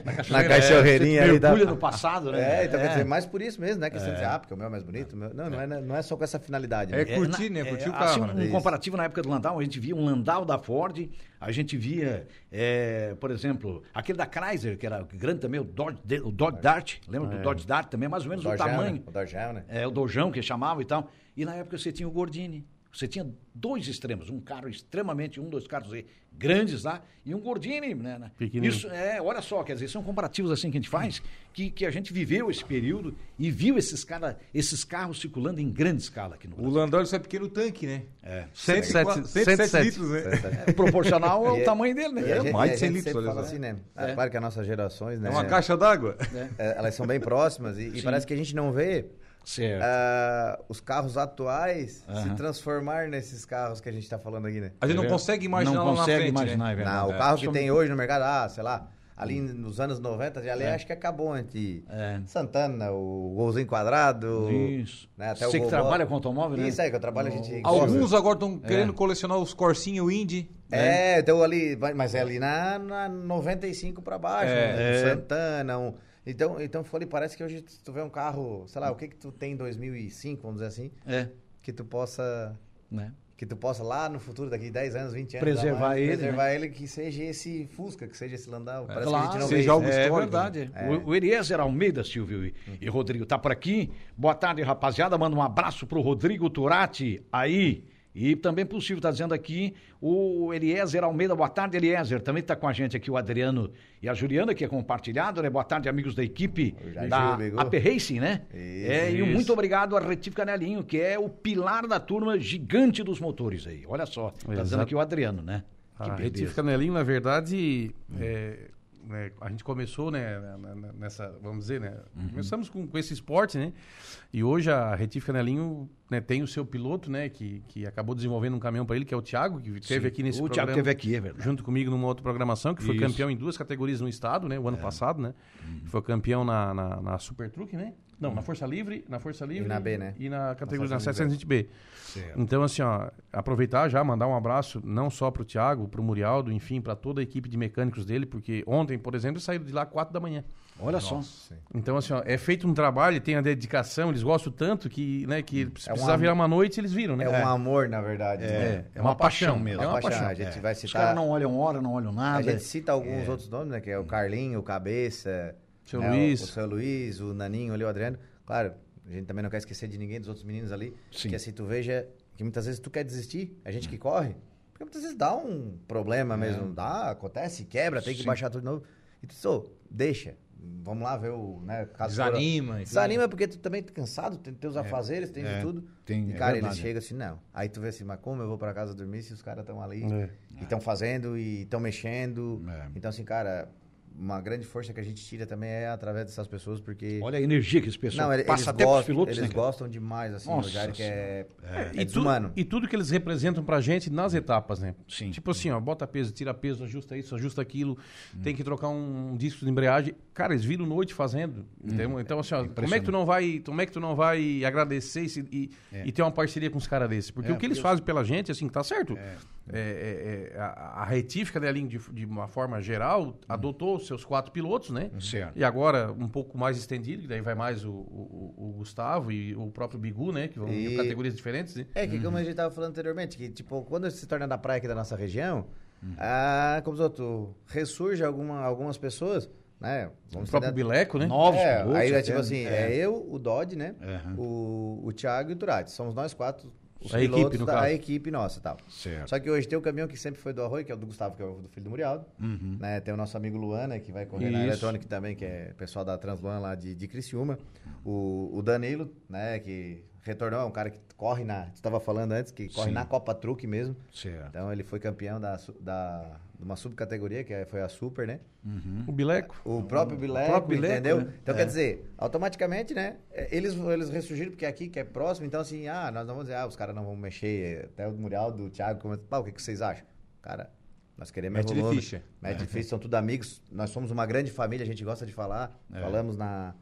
Speaker 4: na
Speaker 2: cachoeira,
Speaker 4: é cachorreirinha ali da...
Speaker 2: É, mergulha no passado, né?
Speaker 4: É, então quer dizer, mas por isso mesmo, né? Que você diz, ah, porque o meu é mais bonito. o meu- Não, não é, não é só com essa finalidade.
Speaker 3: É
Speaker 4: né?
Speaker 2: É,
Speaker 3: curtir,
Speaker 2: na-
Speaker 3: né? Curtir
Speaker 2: é,
Speaker 3: o carro,
Speaker 2: assim,
Speaker 3: né?
Speaker 2: um comparativo na época do Landau, a gente via um Landau da Ford, a gente via, é, por exemplo, aquele da Chrysler, que era grande também, o Dodge, o
Speaker 3: É.
Speaker 2: Dodge Dart, lembra do Dodge Dart também, mais ou menos o
Speaker 4: Dojão,
Speaker 2: tamanho.
Speaker 4: Né? O Dojão, né?
Speaker 2: é, o Dojão que chamava e tal. E na época você tinha o Gordini. Você tinha dois extremos, um carro extremamente, um, dois carros aí grandes lá, e um Gordini, né? né?
Speaker 5: Pequenininho.
Speaker 2: Isso é, olha só, quer dizer, são comparativos assim que a gente faz, que, que a gente viveu esse período e viu esses, cara, esses carros circulando em grande escala aqui no
Speaker 3: O
Speaker 2: Brasil.
Speaker 3: Landau ele só é pequeno tanque, né?
Speaker 2: É.
Speaker 3: 107
Speaker 5: 107.
Speaker 3: litros, né?
Speaker 2: É proporcional ao
Speaker 4: E é-
Speaker 2: tamanho dele, né?
Speaker 4: E a gente-
Speaker 3: mais de
Speaker 4: e a
Speaker 3: 100
Speaker 4: gente
Speaker 3: litros,
Speaker 4: sempre
Speaker 3: olha
Speaker 4: fala
Speaker 3: só.
Speaker 4: assim, né?
Speaker 2: É.
Speaker 4: Ah, Claro que as nossas gerações, né?
Speaker 3: É uma caixa d'água.
Speaker 4: é, Elas são bem próximas e, e parece que a gente não vê
Speaker 2: Certo.
Speaker 4: ah, os carros atuais se
Speaker 2: Aham.
Speaker 4: transformar nesses carros que a gente tá falando aqui, né?
Speaker 3: A gente não consegue imaginar
Speaker 2: É. não
Speaker 3: lá na
Speaker 2: consegue
Speaker 3: frente,
Speaker 2: imaginar,
Speaker 3: né?
Speaker 2: é
Speaker 4: Não,
Speaker 2: verdade.
Speaker 4: o carro que tem hoje no mercado, ah, sei lá, ali nos anos 90, já ali acho que acabou ante
Speaker 2: É.
Speaker 4: Santana, o Golzinho Quadrado.
Speaker 2: Isso.
Speaker 4: Né, até o
Speaker 2: Você que
Speaker 4: Gol
Speaker 2: trabalha
Speaker 4: Bola.
Speaker 2: com automóvel, né?
Speaker 4: Isso aí, que eu trabalho, a gente.
Speaker 3: Alguns
Speaker 4: gosta.
Speaker 3: agora estão
Speaker 5: É.
Speaker 3: querendo colecionar os corsinho Indy.
Speaker 4: É, então ali, vai- mas é ali na, na 95 pra baixo,
Speaker 3: É,
Speaker 4: né? Um
Speaker 2: é.
Speaker 4: Santana, um... Então, então foi ali, parece que hoje se tu vê um carro, sei lá, o que que tu tem em 2005, vamos dizer assim,
Speaker 2: É,
Speaker 4: que tu possa
Speaker 2: né?
Speaker 4: que tu possa lá no futuro daqui 10 anos, 20 anos,
Speaker 2: Preservar
Speaker 4: lá,
Speaker 2: ele,
Speaker 4: preservar ele que seja esse Fusca, que seja esse Landau, parece que a gente
Speaker 2: Claro,
Speaker 4: não
Speaker 3: seja
Speaker 4: vê. né?
Speaker 3: algo
Speaker 2: é
Speaker 3: histórico,
Speaker 2: verdade. O, o Eliezer Almeida, Silvio e, e Rodrigo, tá por aqui. Boa tarde, rapaziada. Manda um abraço pro Rodrigo Turati aí. E também possível, tá dizendo aqui o Eliezer Almeida. Boa tarde, Eliezer. Também tá com a gente aqui o Adriano e a Juliana, que é compartilhado, né? Boa tarde, amigos da equipe
Speaker 4: O Jair
Speaker 2: da
Speaker 4: ligou.
Speaker 2: AP Racing, né?
Speaker 4: Isso,
Speaker 2: é, E
Speaker 5: isso.
Speaker 2: muito obrigado a Retivo Canelinho, que é o pilar da turma gigante dos motores aí. Olha só, tá dizendo
Speaker 5: Exato.
Speaker 2: aqui o Adriano, né?
Speaker 5: Ah, A Retif Canelinho, na verdade, é, né, a gente começou, né, na- na- nessa, vamos dizer, né, começamos com, com esse esporte, né, e hoje a Retif Canelinho né, tem o seu piloto, né, que, que acabou desenvolvendo um caminhão para ele, que é o Thiago, que esteve aqui nesse
Speaker 2: O Thiago
Speaker 5: programa,
Speaker 2: teve aqui, é verdade.
Speaker 5: junto comigo numa outra programação, que foi
Speaker 2: Isso.
Speaker 5: campeão em duas categorias no estado, né, o ano passado, né, foi campeão na, na, na Super Truck, né, não, na Força Livre, na Força Livre
Speaker 4: na B, né?
Speaker 5: e na categoria na
Speaker 4: Força Livre.
Speaker 5: 720B. Então, assim, ó, aproveitar já, mandar um abraço não só pro Thiago, pro Murialdo, enfim, para toda a equipe de mecânicos dele, porque ontem, por exemplo, saíram de lá quatro da manhã.
Speaker 2: Olha só.
Speaker 5: Então, assim, ó, é feito um trabalho, tem a dedicação, eles gostam tanto que, né, que se
Speaker 4: É um
Speaker 5: precisar
Speaker 4: am-
Speaker 5: virar uma noite, eles viram, né?
Speaker 4: É um amor, na verdade. né?
Speaker 5: é uma paixão mesmo.
Speaker 4: É
Speaker 5: É
Speaker 4: uma
Speaker 5: uma
Speaker 4: paixão.
Speaker 5: paixão,
Speaker 4: A gente
Speaker 2: É.
Speaker 4: vai
Speaker 2: Os
Speaker 4: citar.
Speaker 2: caras não olham hora, não olham
Speaker 4: A
Speaker 2: nada.
Speaker 4: gente cita alguns outros nomes, né? Que é o Carlinho, o Cabeça.
Speaker 5: Seu
Speaker 4: né, o-
Speaker 5: Luiz.
Speaker 4: O, seu Luiz, o Naninho ali, o Adriano. Claro, a gente também não quer esquecer de ninguém dos outros meninos ali.
Speaker 2: Sim.
Speaker 4: Que assim, tu veja que muitas vezes tu quer desistir, a gente que corre. Porque muitas vezes dá um problema mesmo. Dá, acontece, quebra, tem que baixar tudo de novo. E tu diz, "Ô, deixa. Vamos lá ver o. Né, caso for-
Speaker 3: Desanima, enfim.
Speaker 4: Desanima porque tu também tá cansado, tem teus afazeres, tem de tudo.
Speaker 2: Tem-
Speaker 4: e,
Speaker 2: é
Speaker 4: cara, eles
Speaker 2: verdade.
Speaker 4: chegam assim, não. Aí tu vê assim, mas como eu vou pra casa dormir se os caras estão ali
Speaker 5: É.
Speaker 4: e estão fazendo e estão mexendo.
Speaker 2: É.
Speaker 4: Então, assim, cara, uma grande força que a gente tira também é através dessas pessoas, porque.
Speaker 2: Olha a energia que esse pessoal
Speaker 4: não, ele- eles
Speaker 2: passa até para
Speaker 4: gostam,
Speaker 2: os pilotos,
Speaker 4: eles
Speaker 2: né? cara?
Speaker 4: gostam demais, assim,
Speaker 2: Nossa
Speaker 4: um lugar que é, é,
Speaker 5: E, tu-
Speaker 4: desumano.
Speaker 5: e tudo que eles representam pra gente nas etapas, né?
Speaker 2: Sim.
Speaker 5: Tipo assim, ó, bota peso, tira peso, ajusta isso, ajusta aquilo, tem que trocar um, disco de embreagem. Cara, eles viram noite fazendo. Então, então assim, ó, como é que tu não vai, como é que tu não vai agradecer e, se- e- e ter uma parceria com os caras desses? Porque o que eles fazem pela gente, assim, tá certo. É, é, é, a, a retífica da linha de, de uma forma geral adotou os seus quatro pilotos, né?
Speaker 2: Certo.
Speaker 5: E agora um pouco mais estendido, que daí vai mais o, o- o Gustavo e o próprio Bigu, né? Que vão
Speaker 4: E-
Speaker 5: em categorias diferentes, né?
Speaker 4: É que como a gente tava falando anteriormente, que tipo, quando se torna da praia aqui da nossa região, ah, como os outros, ressurge alguma, algumas pessoas, né?
Speaker 5: O
Speaker 4: Vamos
Speaker 5: próprio
Speaker 4: dizer,
Speaker 5: Bileco, né?
Speaker 2: Novos
Speaker 4: é,
Speaker 2: pilotos.
Speaker 4: aí é
Speaker 2: até,
Speaker 4: tipo
Speaker 2: né?
Speaker 4: assim, é, eu, o Dodd, né?
Speaker 2: Aham.
Speaker 4: O, o Thiago e o Turati. Somos nós quatro, os
Speaker 5: A
Speaker 4: pilotos
Speaker 5: equipe, no
Speaker 4: da
Speaker 5: caso.
Speaker 4: a equipe nossa e tal.
Speaker 2: Certo.
Speaker 4: Só que hoje tem o caminhão que sempre foi do Arroio, que é o do Gustavo, que é o do filho do Murialdo. Né? Tem o nosso amigo Luan, né, que vai correr na
Speaker 5: Isso.
Speaker 4: eletrônica também, que é pessoal da Transluan lá de, de Criciúma. O, o Danilo, né, que retornou, é um cara que corre na... Tu estava falando antes, que corre na Copa Truque mesmo.
Speaker 2: Certo.
Speaker 4: Então ele foi campeão da, su- da, de uma subcategoria, que foi a Super, né?
Speaker 5: O Bileco.
Speaker 4: O próprio Bileco,
Speaker 5: próprio Bileco,
Speaker 4: entendeu?
Speaker 5: né?
Speaker 4: Então, quer dizer, automaticamente, né? eh, Eles, eles ressurgiram porque é aqui que é próximo, então assim, ah, nós não vamos dizer, ah, os caras não vão mexer. eh, Até o Muriel do Thiago comentou, pá, o que, que vocês acham? Cara, nós queremos...
Speaker 3: Mete-lhe
Speaker 4: Mete
Speaker 3: ficha.
Speaker 4: Mete ficha, são tudo amigos, nós somos uma grande família, a gente gosta de falar, falamos na,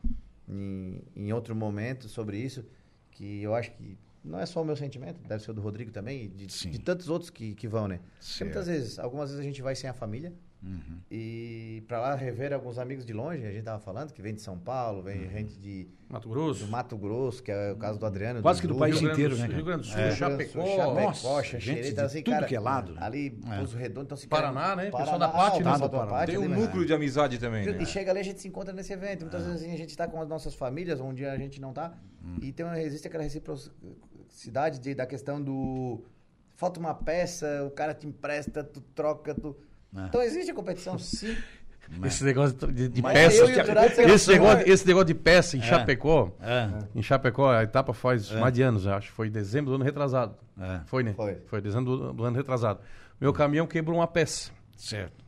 Speaker 4: em, em outro momento sobre isso, que eu acho que não é só o meu sentimento, deve ser o do Rodrigo também, e de,
Speaker 2: Sim.
Speaker 4: de tantos outros que, que vão, né? Porque
Speaker 2: Certo.
Speaker 4: muitas vezes, algumas vezes a gente vai sem a família,
Speaker 3: Uhum.
Speaker 4: e para lá rever alguns amigos de longe, a gente tava falando, que vem de São Paulo, vem
Speaker 3: Uhum.
Speaker 4: gente de,
Speaker 5: Mato Grosso.
Speaker 4: do Mato Grosso, que é o caso do Adriano.
Speaker 2: Quase que do
Speaker 4: Ju,
Speaker 2: país
Speaker 5: Rio Grande
Speaker 2: inteiro,
Speaker 5: do
Speaker 2: né,
Speaker 5: Sul,
Speaker 2: cara?
Speaker 5: Rio Grande do Sul,
Speaker 4: é,
Speaker 5: Chapecó.
Speaker 4: Chapecó,
Speaker 2: nossa,
Speaker 4: Xaxerê,
Speaker 2: gente
Speaker 4: então,
Speaker 2: de
Speaker 4: assim,
Speaker 2: tudo
Speaker 4: cara,
Speaker 2: que é lado.
Speaker 4: Ali, Pouso Redondo, então, assim,
Speaker 5: Paraná, né? Pessoal da
Speaker 4: Paraná,
Speaker 5: Pátio, né?
Speaker 4: ah, o pessoal da
Speaker 5: Paraná.
Speaker 4: Pátio
Speaker 3: Tem um
Speaker 4: também, né?
Speaker 3: núcleo de amizade também, né?
Speaker 4: E chega ali, a gente se encontra nesse evento. Muitas
Speaker 5: É.
Speaker 4: vezes assim, a gente está com as nossas famílias, um dia a gente não está.
Speaker 5: Hum.
Speaker 4: E tem, uma- existe aquela reciprocidade de- da questão do. Falta uma peça, o cara te empresta, tu troca, tu.
Speaker 5: É.
Speaker 4: Então existe a competição, sim.
Speaker 5: Esse negócio de, de
Speaker 4: Mas
Speaker 5: peça.
Speaker 4: eu e o Dourado será
Speaker 5: Esse
Speaker 4: que não
Speaker 5: negócio, esse negócio de peça em
Speaker 2: É.
Speaker 5: Chapecó.
Speaker 2: É.
Speaker 5: Em Chapecó, a etapa faz mais de anos, eu acho. Foi dezembro do ano retrasado.
Speaker 2: É.
Speaker 5: Foi, né?
Speaker 4: Foi.
Speaker 5: dezembro do, do ano retrasado. Meu caminhão quebrou uma peça.
Speaker 2: Certo.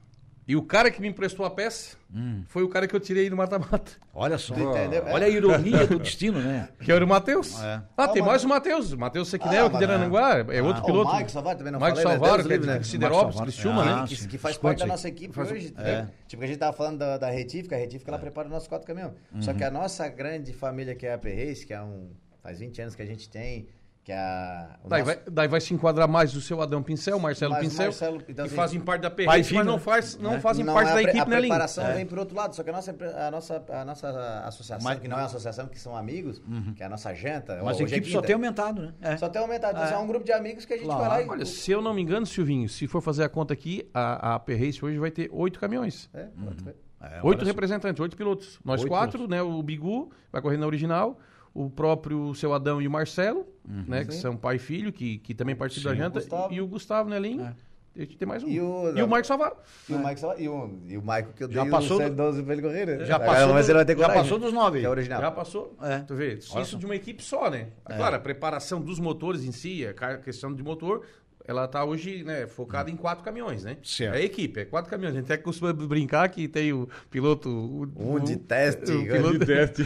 Speaker 5: E o cara que me emprestou a peça
Speaker 2: Hum.
Speaker 5: foi o cara que eu tirei do mata-mata.
Speaker 2: Olha só.
Speaker 4: entendeu?
Speaker 2: Olha a ironia do destino, né?
Speaker 5: Que era o Matheus.
Speaker 2: É.
Speaker 5: Ah, tem
Speaker 4: Ah,
Speaker 5: mais o Matheus. Matheus Sequinel,
Speaker 4: Ah,
Speaker 5: aqui
Speaker 4: mas-
Speaker 5: de Arananguá. É outro
Speaker 4: Ah,
Speaker 5: piloto.
Speaker 4: O Mike Savaro também não
Speaker 5: Mike
Speaker 4: falei, né?
Speaker 5: Salvaro,
Speaker 4: Deus
Speaker 5: que é
Speaker 4: livre,
Speaker 5: de
Speaker 4: né?
Speaker 5: Siderópolis,
Speaker 2: Mike
Speaker 5: Criciúma,
Speaker 2: Salvaro.
Speaker 5: né?
Speaker 2: Ah,
Speaker 4: que,
Speaker 2: sim.
Speaker 4: que faz
Speaker 2: Esconde
Speaker 4: parte da
Speaker 2: aí.
Speaker 4: nossa equipe hoje.
Speaker 5: é.
Speaker 4: entendeu? Tipo, a gente tava falando da, da retífica, a retífica ela prepara o nosso quatro caminhão.
Speaker 5: Uhum.
Speaker 4: Só que a nossa grande família, que é a Perreis, que é um. faz 20 anos que a gente tem, que é a. o
Speaker 5: Daí,
Speaker 4: nosso-
Speaker 5: vai, daí vai se enquadrar mais o seu Adão Pincel, Marcelo
Speaker 4: Mas
Speaker 5: Pincel,
Speaker 4: Marcelo, então,
Speaker 5: que
Speaker 4: assim,
Speaker 5: fazem parte da PR,
Speaker 2: pai e
Speaker 5: mas
Speaker 2: filho,
Speaker 5: não,
Speaker 2: né?
Speaker 5: faz, não fazem
Speaker 4: Não, é
Speaker 5: parte
Speaker 4: a
Speaker 5: da
Speaker 4: pre-
Speaker 5: equipe,
Speaker 4: A
Speaker 5: né, Lin?
Speaker 4: preparação vem por outro lado, só que a nossa, pre- a nossa, a nossa associação,
Speaker 2: Mas-
Speaker 4: que não é associação, que são amigos, que é a nossa janta.
Speaker 2: Mas a
Speaker 4: hoje é
Speaker 2: equipe só
Speaker 4: quinta.
Speaker 2: tem aumentado, né? É.
Speaker 4: Só tem aumentado. Então, é um grupo de amigos que a gente
Speaker 2: Claro.
Speaker 4: vai lá e.
Speaker 5: Olha, se eu não me engano, Silvinho, se for fazer a conta aqui, a, a Perrace hoje vai ter oito caminhões.
Speaker 4: É, pronto, foi.
Speaker 2: É,
Speaker 5: oito
Speaker 2: olha só.
Speaker 5: representantes, oito pilotos. Nós
Speaker 2: Oito
Speaker 5: quatro, né? O Bigu vai correr na original, o próprio seu Adão e o Marcelo, né? Que são pai e filho, que, que também participam da janta.
Speaker 4: Gustavo.
Speaker 5: E o Gustavo, né, Lin? E Tem mais um.
Speaker 4: E o-
Speaker 5: Marco Savaro.
Speaker 4: E o Mike só- e o, e o Maico que eu
Speaker 2: Já
Speaker 4: dei
Speaker 2: passou
Speaker 4: o
Speaker 2: do-
Speaker 4: 112 pra ele correr, né?
Speaker 2: Já
Speaker 4: Agora,
Speaker 2: passou
Speaker 4: mas
Speaker 2: do-
Speaker 4: ele vai ter
Speaker 2: já
Speaker 4: coragem,
Speaker 2: passou
Speaker 4: né?
Speaker 2: dos nove.
Speaker 4: Que é original.
Speaker 5: Já passou.
Speaker 2: É.
Speaker 5: Tu vê, isso de uma equipe só, né? Claro, a preparação dos motores em si, a ca- questão de motor, ela tá hoje né, focada em quatro caminhões, né?
Speaker 2: Certo.
Speaker 5: É a equipe, é quatro caminhões. A gente até costuma brincar que tem o piloto... O,
Speaker 4: Um de
Speaker 5: o-
Speaker 4: teste.
Speaker 5: o
Speaker 4: cara.
Speaker 5: piloto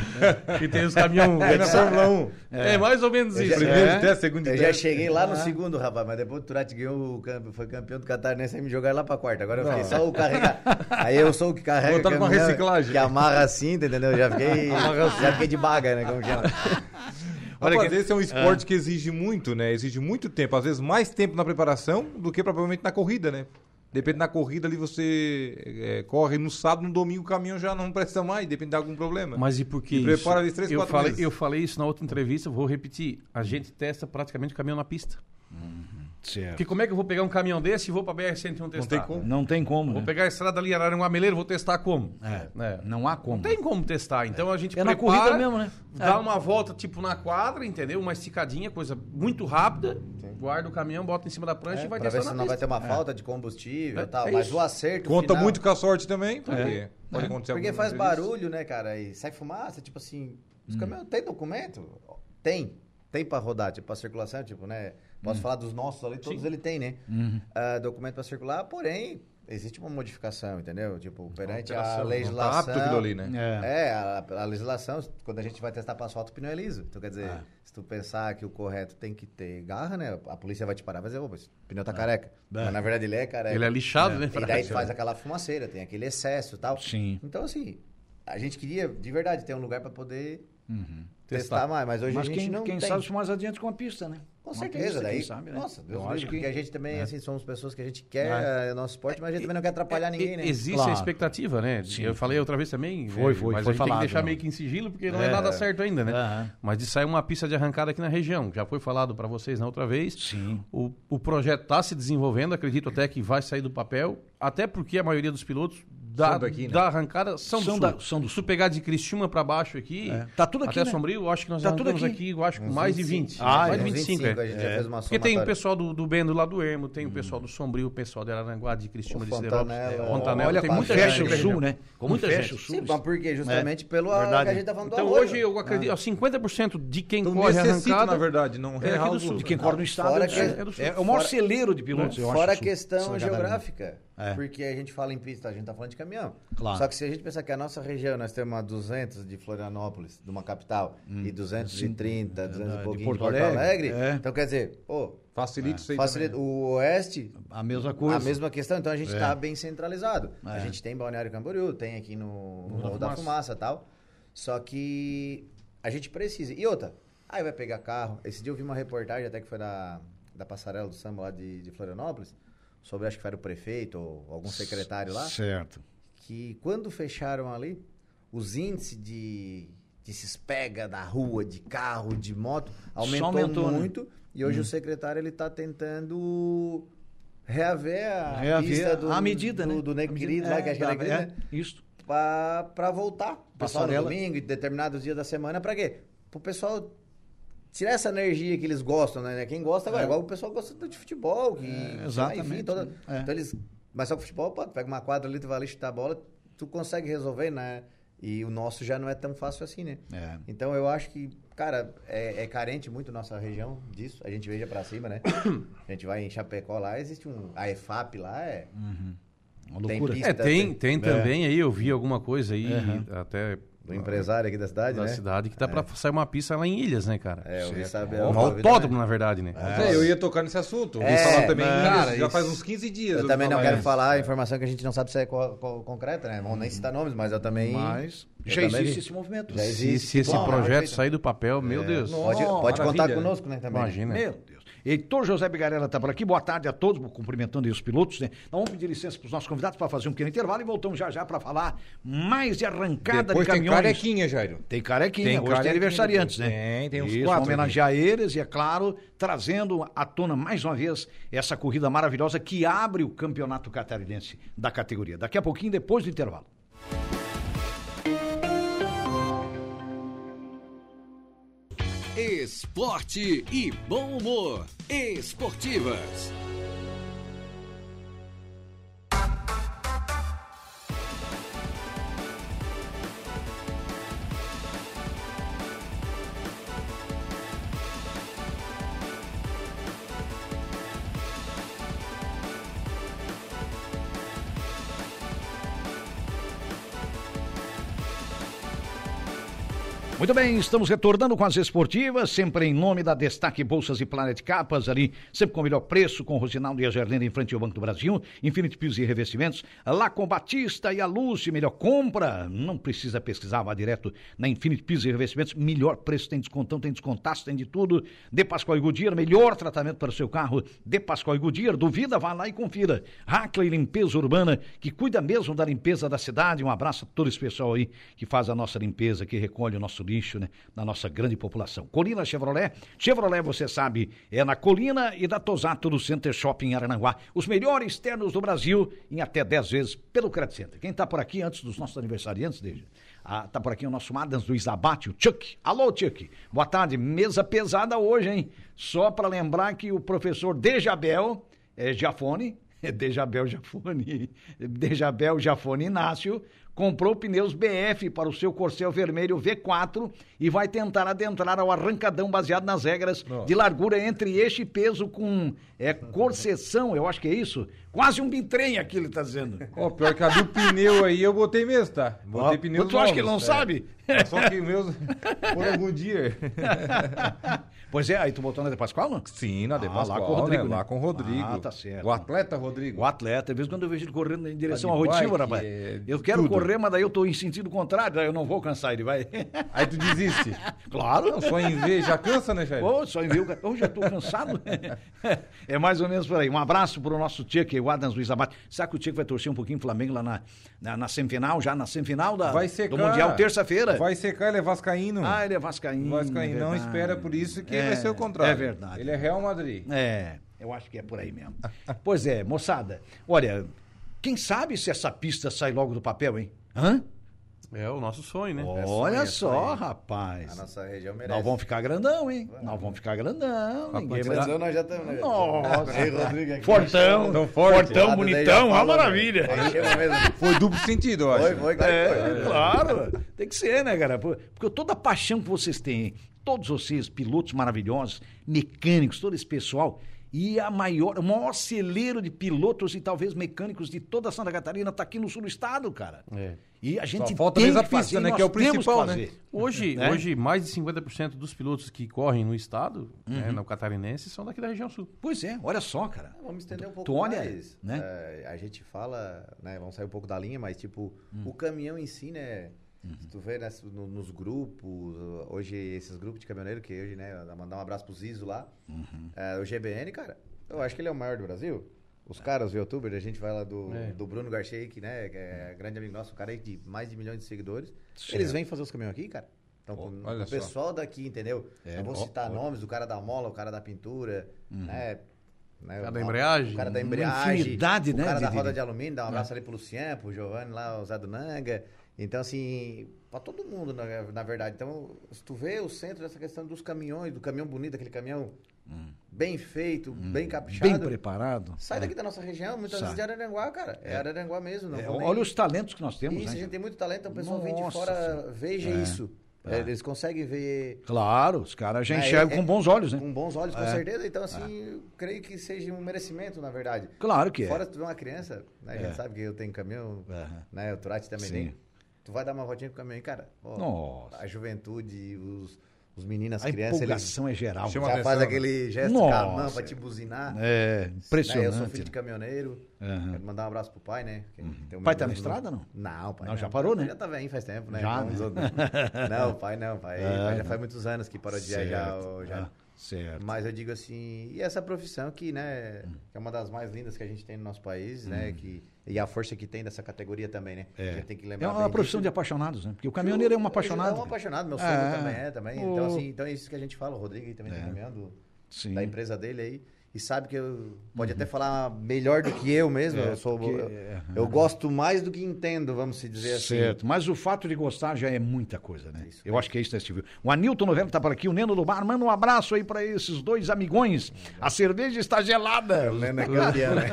Speaker 5: que tem os caminhões...
Speaker 4: É,
Speaker 5: na
Speaker 4: já-
Speaker 5: Fórmula
Speaker 3: 1.
Speaker 5: É. mais ou menos
Speaker 4: Eu
Speaker 5: isso.
Speaker 4: já-
Speaker 5: né?
Speaker 3: Primeiro
Speaker 4: É.
Speaker 3: de teste, segundo de
Speaker 4: Eu já
Speaker 3: teste.
Speaker 4: cheguei lá no segundo, rapaz, mas depois o Turati ganhou o campe... foi campeão do Catar, né? Sem me jogar lá pra quarta. Agora eu fiquei só o carregar. Aí eu sou o que carrega.
Speaker 3: Botaram
Speaker 4: o
Speaker 3: com a
Speaker 4: caminhão,
Speaker 3: reciclagem.
Speaker 4: Que amarra assim, tá entendeu? Eu Já fiquei. já fiquei de baga, né? Como chama?
Speaker 3: Olha Rapaz, esse é um esporte que exige muito, né? Exige muito tempo, às vezes mais tempo na preparação do que provavelmente na corrida, né? Depende na corrida ali você eh, corre no sábado, no domingo o caminhão já não presta mais, depende de algum problema.
Speaker 5: Mas e por que
Speaker 3: E
Speaker 5: isso?
Speaker 3: prepara eles três,
Speaker 5: eu,
Speaker 3: quatro
Speaker 5: falei,
Speaker 3: meses.
Speaker 5: eu falei isso na outra entrevista, vou repetir. A gente testa praticamente o caminhão na pista. Porque
Speaker 2: Certo.
Speaker 5: como é que eu vou pegar um caminhão desse e vou pra BR-101 testar?
Speaker 3: tem como.
Speaker 2: Não tem como,
Speaker 5: Vou
Speaker 2: né?
Speaker 5: pegar a estrada ali Araranguá Meleiro, vou testar como?
Speaker 2: É.
Speaker 5: Né?
Speaker 2: Não há como.
Speaker 5: Não tem como testar. Então a gente
Speaker 2: É na
Speaker 5: prepara,
Speaker 2: corrida mesmo, né?
Speaker 5: Dá
Speaker 2: É.
Speaker 5: uma volta tipo na quadra, entendeu? Uma esticadinha, coisa muito rápida. Guarda o caminhão, bota em cima da prancha e vai
Speaker 4: É, pra ver
Speaker 5: testar
Speaker 4: se
Speaker 5: na
Speaker 4: não vai
Speaker 5: pista.
Speaker 4: ter uma falta de combustível
Speaker 5: É,
Speaker 4: e tal.
Speaker 5: é
Speaker 4: mas
Speaker 5: isso.
Speaker 4: o acerto.
Speaker 3: Conta
Speaker 4: final-
Speaker 3: muito com a sorte
Speaker 5: É.
Speaker 3: também, porque pode acontecer
Speaker 4: Porque
Speaker 3: algum
Speaker 4: faz
Speaker 3: imprevisto.
Speaker 4: barulho, né, cara? E sai fumaça, tipo assim. Os caminhões tem documento? Tem. Tem pra rodar, tipo, pra circulação, tipo, né? Posso falar dos nossos ali, todos ele tem, né? Ah, documento pra circular, porém, existe uma modificação, entendeu? Tipo, perante a
Speaker 5: alteração,
Speaker 3: legislação. não tá apto aquilo ali, né?
Speaker 4: É, a, a legislação, quando a gente vai testar para asfalto, o pneu é liso. Então, quer dizer, se tu pensar que o correto tem que ter garra, né? A polícia vai te parar e vai dizer, ô, mas o pneu tá careca. Mas na verdade ele é careca.
Speaker 5: Ele é lixado, né?
Speaker 4: E daí tu faz aquela fumaceira, tem aquele excesso e tal.
Speaker 2: Sim.
Speaker 4: Então, assim, a gente queria, de verdade, ter um lugar para poder testar.
Speaker 5: Testar.
Speaker 4: mais. Mas hoje
Speaker 2: Mas
Speaker 4: a gente
Speaker 2: quem,
Speaker 4: não
Speaker 2: quem
Speaker 4: tem.
Speaker 2: sabe isso mais adiante com a pista, né?
Speaker 4: Com
Speaker 2: Uma
Speaker 4: certeza,
Speaker 2: pista,
Speaker 4: daí.
Speaker 2: Quem sabe, né?
Speaker 4: Nossa, Deus
Speaker 2: Eu
Speaker 4: me
Speaker 2: acho
Speaker 4: livre, porque a
Speaker 2: que...
Speaker 4: gente também, assim, somos pessoas que a gente quer é. o nosso esporte, mas a gente também não quer atrapalhar ninguém, né?
Speaker 5: É, Existe
Speaker 2: Claro.
Speaker 5: a expectativa, né? Eu falei outra vez também.
Speaker 2: Foi,
Speaker 5: né?
Speaker 2: foi, foi
Speaker 5: Mas a gente tem
Speaker 2: falado,
Speaker 5: que deixar
Speaker 2: não.
Speaker 5: meio que em sigilo, porque não é, nada certo ainda, né?
Speaker 2: Aham.
Speaker 5: Mas de sair uma pista de arrancada aqui na região. Já foi falado para vocês na outra vez.
Speaker 2: Sim.
Speaker 5: O, tá o projeto está se desenvolvendo, acredito até que vai sair do papel, até porque a maioria dos pilotos da,
Speaker 3: daqui, né?
Speaker 5: da arrancada são,
Speaker 2: São
Speaker 5: do
Speaker 2: da-
Speaker 5: sul.
Speaker 2: são do
Speaker 5: Se
Speaker 2: sul.
Speaker 5: tu pegar de Criciúma pra baixo aqui,
Speaker 2: É. Tá tudo aqui,
Speaker 5: até
Speaker 2: né?
Speaker 5: Sombrio, eu acho que nós
Speaker 2: Tá
Speaker 5: já
Speaker 2: tudo
Speaker 5: estamos
Speaker 2: aqui.
Speaker 5: aqui. eu acho, com mais de 20.
Speaker 2: Ah,
Speaker 5: mais
Speaker 2: é.
Speaker 5: de 25, é.
Speaker 4: a gente já fez uma
Speaker 5: Porque tem o
Speaker 4: somatória.
Speaker 5: pessoal do, do Bento lá do Ermo,
Speaker 2: Hum.
Speaker 5: tem o pessoal do Sombrio, o pessoal de Araranguá, de Criciúma,
Speaker 4: O
Speaker 5: de Siderópolis,
Speaker 4: Fontanela,
Speaker 5: é,
Speaker 4: o-
Speaker 5: Fontanela.
Speaker 2: Olha
Speaker 5: tem
Speaker 2: como
Speaker 5: muita
Speaker 2: fecha
Speaker 5: gente
Speaker 2: o
Speaker 5: na
Speaker 2: sul,
Speaker 5: região.
Speaker 2: né? Como
Speaker 5: Muita
Speaker 2: fecha
Speaker 5: gente.
Speaker 2: o sul.
Speaker 4: Sim, mas por quê? Justamente pelo
Speaker 6: Verdade.
Speaker 4: que a gente tá falando
Speaker 5: Então
Speaker 4: do
Speaker 5: hoje
Speaker 4: arroio.
Speaker 5: eu
Speaker 2: é.
Speaker 5: acredito, ó, 50% de quem
Speaker 3: Então
Speaker 5: corre
Speaker 3: necessito,
Speaker 5: arrancada...
Speaker 3: na verdade, não
Speaker 5: é aqui do
Speaker 3: real-
Speaker 5: sul.
Speaker 2: De quem corre no estado
Speaker 4: Fora
Speaker 2: é,
Speaker 4: que-
Speaker 2: é do sul.
Speaker 4: é-
Speaker 2: É o maior
Speaker 4: fora-
Speaker 2: celeiro de pilotos, eu acho.
Speaker 4: Fora a
Speaker 2: o sul.
Speaker 4: questão
Speaker 2: Santa Catarina.
Speaker 4: geográfica,
Speaker 2: É.
Speaker 4: porque a gente fala em pista, a gente tá falando de caminhão.
Speaker 2: Claro.
Speaker 4: Só que se a gente pensar que a nossa região, nós temos uma 200 de Florianópolis, de uma capital, e 230, 200 e
Speaker 2: Hum, É, de
Speaker 4: pouquinho de
Speaker 2: Porto
Speaker 4: Porto,
Speaker 2: Alegre,
Speaker 4: Alegre,
Speaker 2: é.
Speaker 4: então quer dizer, pô,
Speaker 3: Facilita isso aí
Speaker 4: facilita,
Speaker 3: também, né?
Speaker 4: o oeste,
Speaker 2: A mesma coisa.
Speaker 4: a mesma questão, então a gente
Speaker 2: É.
Speaker 4: tá bem centralizado.
Speaker 2: É.
Speaker 4: A gente tem Balneário Camboriú, tem aqui no, no Morro da
Speaker 5: Fumaça.
Speaker 4: Fumaça e tal, só que a gente precisa. E outra, aí vai pegar carro, esse dia eu vi uma reportagem até que foi da, da Passarela do Samba lá de, de Florianópolis, sobre acho que era o prefeito ou algum secretário lá,
Speaker 2: Certo.
Speaker 4: que quando fecharam ali, os índices de, de se espega da rua, de carro, de moto, aumentou,
Speaker 2: aumentou, né?
Speaker 4: muito. E hoje o secretário ele está tentando reaver a
Speaker 2: Reaver
Speaker 4: pista do,
Speaker 2: É, a medida,
Speaker 4: do,
Speaker 2: né?
Speaker 4: do
Speaker 2: A
Speaker 4: Nego
Speaker 2: medida-
Speaker 4: Querido, lá,
Speaker 2: é,
Speaker 4: que acho que era
Speaker 2: da-
Speaker 4: Negrido,
Speaker 2: é,
Speaker 4: né?
Speaker 2: Isso.
Speaker 4: pra, pra voltar. O pessoal no
Speaker 2: Passarela.
Speaker 4: domingo, em determinados dias da semana, pra quê? Pro pessoal tirar essa energia que eles gostam, né? Quem gosta, vai. Igual o pessoal gosta de futebol, que... sei lá,
Speaker 2: É. exatamente,
Speaker 4: enfim, toda-
Speaker 2: né? É.
Speaker 4: Então eles... Mas só que futebol, pô, tu pega uma quadra ali, tu vai ali chutar a bola, tu consegue resolver, né? E o nosso já não é tão fácil assim, né?
Speaker 2: É.
Speaker 4: Então eu acho que, cara, é, é carente muito nossa região disso. A gente veja pra cima, né? A gente vai em Chapecó lá, existe um... A EFAP lá é...
Speaker 2: Hum. Uma
Speaker 4: Tem
Speaker 2: loucura.
Speaker 4: pista.
Speaker 5: É, tem, tem
Speaker 2: É.
Speaker 5: também aí, eu vi alguma coisa aí, até
Speaker 4: Do empresário aqui da cidade,
Speaker 5: da
Speaker 4: né?
Speaker 5: cidade, que dá pra sair uma pista lá em Ilhas, né, cara?
Speaker 4: É, eu vi saber...
Speaker 5: Um autódromo, na verdade, né?
Speaker 3: né? É, eu ia tocar nesse assunto. Ouvi
Speaker 4: É,
Speaker 3: falar também
Speaker 5: né?
Speaker 3: disso,
Speaker 5: Cara,
Speaker 3: já
Speaker 5: isso-
Speaker 3: faz uns 15 dias.
Speaker 4: Eu
Speaker 3: ouvi
Speaker 4: também não
Speaker 3: falar
Speaker 4: quero
Speaker 3: isso.
Speaker 4: falar informação que a gente não sabe se é co- co- concreta, né? Vamos nem citar nomes, mas eu também.
Speaker 2: Uhum. Mas
Speaker 4: Eu
Speaker 2: já
Speaker 4: também
Speaker 2: existe
Speaker 4: vi.
Speaker 2: esse movimento.
Speaker 4: Já
Speaker 5: Se,
Speaker 4: existe.
Speaker 5: se esse
Speaker 4: Bom,
Speaker 5: projeto
Speaker 4: perfeito.
Speaker 5: sair do papel, meu Deus.
Speaker 4: Pode,
Speaker 2: oh,
Speaker 4: pode
Speaker 3: maravilha,
Speaker 4: contar
Speaker 3: né?
Speaker 4: conosco, né? Também.
Speaker 5: Imagina.
Speaker 2: Meu Deus. Heitor José Bigarella está por aqui. Boa tarde a todos, cumprimentando aí os pilotos, né? Nós vamos pedir licença para os nossos convidados para fazer um pequeno intervalo e voltamos já já para falar mais de arrancada
Speaker 3: Depois
Speaker 2: de
Speaker 3: tem
Speaker 2: caminhões.
Speaker 3: carequinha, Jairo.
Speaker 2: Tem carequinha,
Speaker 3: Tem
Speaker 2: hoje tem
Speaker 3: carequinha,
Speaker 2: aniversariantes, né?
Speaker 3: tem, tem uns
Speaker 2: Isso,
Speaker 3: quatro
Speaker 2: homenagear eles e, é claro, trazendo à tona mais uma vez essa corrida maravilhosa que abre o campeonato catarinense da categoria. Daqui a pouquinho, depois do intervalo.
Speaker 1: Esporte e bom humor. Esportivas.
Speaker 2: Muito bem, estamos retornando com as esportivas, sempre em nome da Destaque Bolsas e Planet Capas, ali sempre com o melhor preço, com Rosinaldo e a Jardim em frente ao Banco do Brasil, Infinity Pios e Revestimentos, lá com Batista e a Lúcia, melhor compra, não precisa pesquisar, vá direto na Infinity Pios e Revestimentos, melhor preço, tem descontão, tem descontaço, tem de tudo, De Pascoal e Goodyear, melhor tratamento para o seu carro, De Pascoal e Goodyear, duvida, vá lá e confira, Hackley Limpeza Urbana, que cuida mesmo da limpeza da cidade, um abraço a todo esse pessoal aí que faz a nossa limpeza, que recolhe o nosso lixo, né, na nossa grande população. Colina Chevrolet, Chevrolet, você sabe, é na Colina e da Tosato do Center Shopping em Arananguá. Os melhores ternos do Brasil em até 10 vezes pelo Credit Center. Quem está por aqui antes dos nossos aniversariantes, desde ah, tá por aqui o nosso Adams Luiz Abate, o Chuck. Alô, Chuck. Boa tarde. Mesa pesada hoje, hein? Só para lembrar que o professor Dejabel é Giafone, é Dejabel Jafone, Dejabel Jafone Inácio comprou pneus BF para o seu Corcel Vermelho V4 e vai tentar adentrar ao arrancadão baseado nas regras de largura entre eixo e peso com é, corseção, eu acho que é isso. Quase um bitrem aqui ele tá dizendo.
Speaker 3: Ó, pior que abriu o pneu aí, eu botei mesmo, tá? Botei
Speaker 2: Ó,
Speaker 3: pneu é.
Speaker 2: tu acha que ele não sabe?
Speaker 3: Só que meus por algum dia.
Speaker 2: Pois é, aí tu botou na De Pascoal, não?
Speaker 3: Sim, na
Speaker 2: Ah,
Speaker 3: De
Speaker 2: lá
Speaker 3: Pascoal,
Speaker 2: com o Rodrigo,
Speaker 3: né?
Speaker 2: né?
Speaker 3: Lá com o Rodrigo.
Speaker 2: Ah, tá certo.
Speaker 3: O atleta Rodrigo.
Speaker 2: O atleta, às vezes quando eu vejo ele correndo em direção
Speaker 3: Tá
Speaker 2: à
Speaker 3: de
Speaker 2: rotiva,
Speaker 3: bike,
Speaker 2: rapaz.
Speaker 3: é,
Speaker 2: Eu quero
Speaker 3: tudo.
Speaker 2: correr, mas daí eu tô em sentido contrário, daí eu não vou alcançar ele, vai.
Speaker 3: Aí tu desiste.
Speaker 2: claro.
Speaker 3: Não, só em ver já cansa, né, Jair?
Speaker 2: Ô, só enviou. Hoje já estou cansado. é mais ou menos por aí. Um abraço para o nosso Tchek, o Adams Luiz Abate. Será que o Tchek vai torcer um pouquinho o Flamengo lá na, na, na semifinal, já na semifinal da,
Speaker 3: Vai secar.
Speaker 2: do Mundial, terça-feira?
Speaker 3: Vai secar, ele é vascaíno.
Speaker 2: Ah, ele é Vascaíno.
Speaker 3: vascaíno.
Speaker 2: é
Speaker 3: não
Speaker 2: verdade.
Speaker 3: espera por isso que
Speaker 2: É,
Speaker 3: vai ser o contrário.
Speaker 2: É verdade.
Speaker 3: Ele é Real Madrid.
Speaker 2: É, eu acho que é por aí mesmo. Pois é, moçada, olha, Quem sabe se essa pista sai logo do papel, hein? Hã?
Speaker 5: É o nosso sonho, né?
Speaker 2: Olha
Speaker 4: sonho, é
Speaker 2: só,
Speaker 4: sonho.
Speaker 2: rapaz.
Speaker 4: A
Speaker 3: Ah,
Speaker 4: nossa região merece.
Speaker 2: Nós vamos ficar grandão, hein? Nós vamos ficar grandão. Ninguém vai...
Speaker 4: Mas eu, nós já estamos. né?
Speaker 2: Nossa.
Speaker 4: Aí, Rodrigo aqui.
Speaker 2: Fortão,
Speaker 3: Tão forte.
Speaker 2: fortão,
Speaker 4: Lado
Speaker 2: bonitão,
Speaker 4: daí já
Speaker 2: uma
Speaker 4: falou,
Speaker 2: maravilha.
Speaker 4: né? Encheu mesmo.
Speaker 3: Foi duplo sentido, eu acho.
Speaker 4: Foi, foi, claro que foi.
Speaker 2: É, claro. Tem que ser, né, cara? Por- Porque toda a paixão que vocês têm, todos vocês, pilotos maravilhosos, mecânicos, todo esse pessoal, e a maior, o maior celeiro de pilotos e talvez mecânicos de toda Santa Catarina tá aqui no sul do estado, cara.
Speaker 5: É.
Speaker 2: E a gente
Speaker 3: Só falta
Speaker 2: tem
Speaker 3: mesmo
Speaker 2: que
Speaker 3: a pista,
Speaker 2: fazer,
Speaker 3: né,
Speaker 2: nós
Speaker 3: que é o
Speaker 2: temos
Speaker 3: principal, né?
Speaker 2: fazer.
Speaker 5: Hoje,
Speaker 2: Né?
Speaker 5: hoje, mais de 50% dos pilotos que correm no estado, né, no catarinense, são daqui da região sul.
Speaker 2: Pois é, olha só, cara.
Speaker 4: Vamos estender um pouco
Speaker 2: Tu olha,
Speaker 4: mais.
Speaker 2: né?
Speaker 4: É, a gente fala, né? Vamos sair um pouco da linha, mas tipo,
Speaker 2: Hum.
Speaker 4: o caminhão em si, né?
Speaker 2: Uhum.
Speaker 4: Se tu vê né, no- nos grupos, hoje esses grupos de caminhoneiro, que hoje, né? Mandar um abraço pro Zizo lá.
Speaker 2: Uhum.
Speaker 4: É, o GBN, cara, eu acho que ele é o maior do Brasil.
Speaker 2: É.
Speaker 4: Os caras, os youtubers, a gente vai lá do,
Speaker 5: É.
Speaker 4: do Bruno Garchei, que, né, que é grande amigo nosso, um cara aí de mais de milhões de seguidores. Eles vêm fazer os caminhões aqui, cara. Então, com-
Speaker 3: olha
Speaker 4: o
Speaker 3: só.
Speaker 4: pessoal daqui, entendeu?
Speaker 2: É,
Speaker 4: Não vou
Speaker 2: ó, Uhum.
Speaker 4: citar nomes, o cara da mola, o cara da pintura, né? né,
Speaker 5: cara
Speaker 4: o-
Speaker 5: da embreagem.
Speaker 4: O cara da
Speaker 2: Uma
Speaker 4: embreagem.
Speaker 2: infinidade,
Speaker 4: o
Speaker 2: né, É.
Speaker 4: cara da
Speaker 2: de-
Speaker 4: roda
Speaker 2: de-
Speaker 4: de alumínio, dá um abraço ali pro Luciano, pro Giovanni lá, o Zé do Nanga. Então, assim, pra todo mundo, na, na verdade. Então, se tu vê o centro dessa questão dos caminhões, do caminhão bonito, aquele caminhão bem feito, bem
Speaker 2: Hum. Bem
Speaker 4: caprichado.
Speaker 2: preparado.
Speaker 4: Sai daqui da nossa região, muitas
Speaker 2: Sai.
Speaker 4: vezes de Araranguá, cara. É, Araranguá mesmo. Não
Speaker 2: É,
Speaker 4: vou nem-
Speaker 2: olha os talentos que nós temos,
Speaker 4: Isso, a
Speaker 2: né?
Speaker 4: gente tem muito talento, então o pessoal vem de
Speaker 2: Nossa
Speaker 4: fora,
Speaker 2: Senhora.
Speaker 4: veja isso. É, Eles conseguem ver
Speaker 2: Claro, os caras já
Speaker 4: É,
Speaker 2: enxergam
Speaker 4: é-
Speaker 2: com bons olhos, né?
Speaker 4: com bons olhos, com certeza. Então, assim, eu creio que seja um merecimento, na verdade.
Speaker 2: Claro que é.
Speaker 4: Fora se tu vê uma criança, né? A gente sabe que eu tenho caminhão,
Speaker 2: Aham.
Speaker 4: né? O Turati também
Speaker 2: Sim.
Speaker 4: tem. Tu vai dar uma voltinha com o caminhão e, cara, ó,
Speaker 2: Nossa.
Speaker 4: a juventude, os, os meninos, as
Speaker 2: A
Speaker 4: crianças, eles
Speaker 2: empolgação é geral.
Speaker 3: Chama-
Speaker 4: já
Speaker 3: atenção,
Speaker 4: faz
Speaker 3: né?
Speaker 4: aquele gesto com
Speaker 2: Nossa.
Speaker 4: a mão pra te buzinar. né?
Speaker 2: É, impressionante.
Speaker 4: Eu sou filho de
Speaker 2: né?
Speaker 4: caminhoneiro.
Speaker 2: Aham.
Speaker 4: Quero mandar um abraço pro pai, né? Que tem o
Speaker 2: Pai
Speaker 4: meu
Speaker 2: tá na
Speaker 4: mesmo-
Speaker 2: estrada, não?
Speaker 4: Não, pai.
Speaker 2: Não, já parou, né?
Speaker 4: Já tá velho faz tempo, né?
Speaker 2: Já,
Speaker 4: Vamos
Speaker 2: né?
Speaker 4: outros. Não, pai não, pai. pai já faz muitos anos que parou de viajar.
Speaker 2: Certo.
Speaker 4: ó, Já,
Speaker 2: Ah, certo. Hum.
Speaker 4: Mas eu digo assim, e essa profissão que, né, que é uma das mais lindas que a gente tem no nosso país, né, que e a força que tem dessa categoria também, né? A gente tem que
Speaker 2: É
Speaker 4: lembrar.
Speaker 2: uma profissão de apaixonados, né? Porque o caminhoneiro é um apaixonado.
Speaker 4: É um
Speaker 2: cara.
Speaker 4: apaixonado, meu sogro
Speaker 2: É.
Speaker 4: também é também.
Speaker 2: O-
Speaker 4: Então assim, então é isso que a gente fala, o Rodrigo aí
Speaker 2: É.
Speaker 4: também tá caminhando
Speaker 2: Sim.
Speaker 4: da empresa dele aí e sabe que eu pode até falar melhor do que eu mesmo, eu sou
Speaker 2: porque-
Speaker 4: eu,
Speaker 2: é.
Speaker 4: eu gosto mais do que entendo, vamos se dizer assim.
Speaker 2: Certo, mas o fato de gostar já é muita coisa, né?
Speaker 4: Isso
Speaker 2: Eu acho que é isso, né, Silvio? O Anilton Novello tá por aqui, o Neno do Bar, manda um abraço aí pra esses dois amigões. A cerveja está gelada.
Speaker 4: Lendo é campeão, né?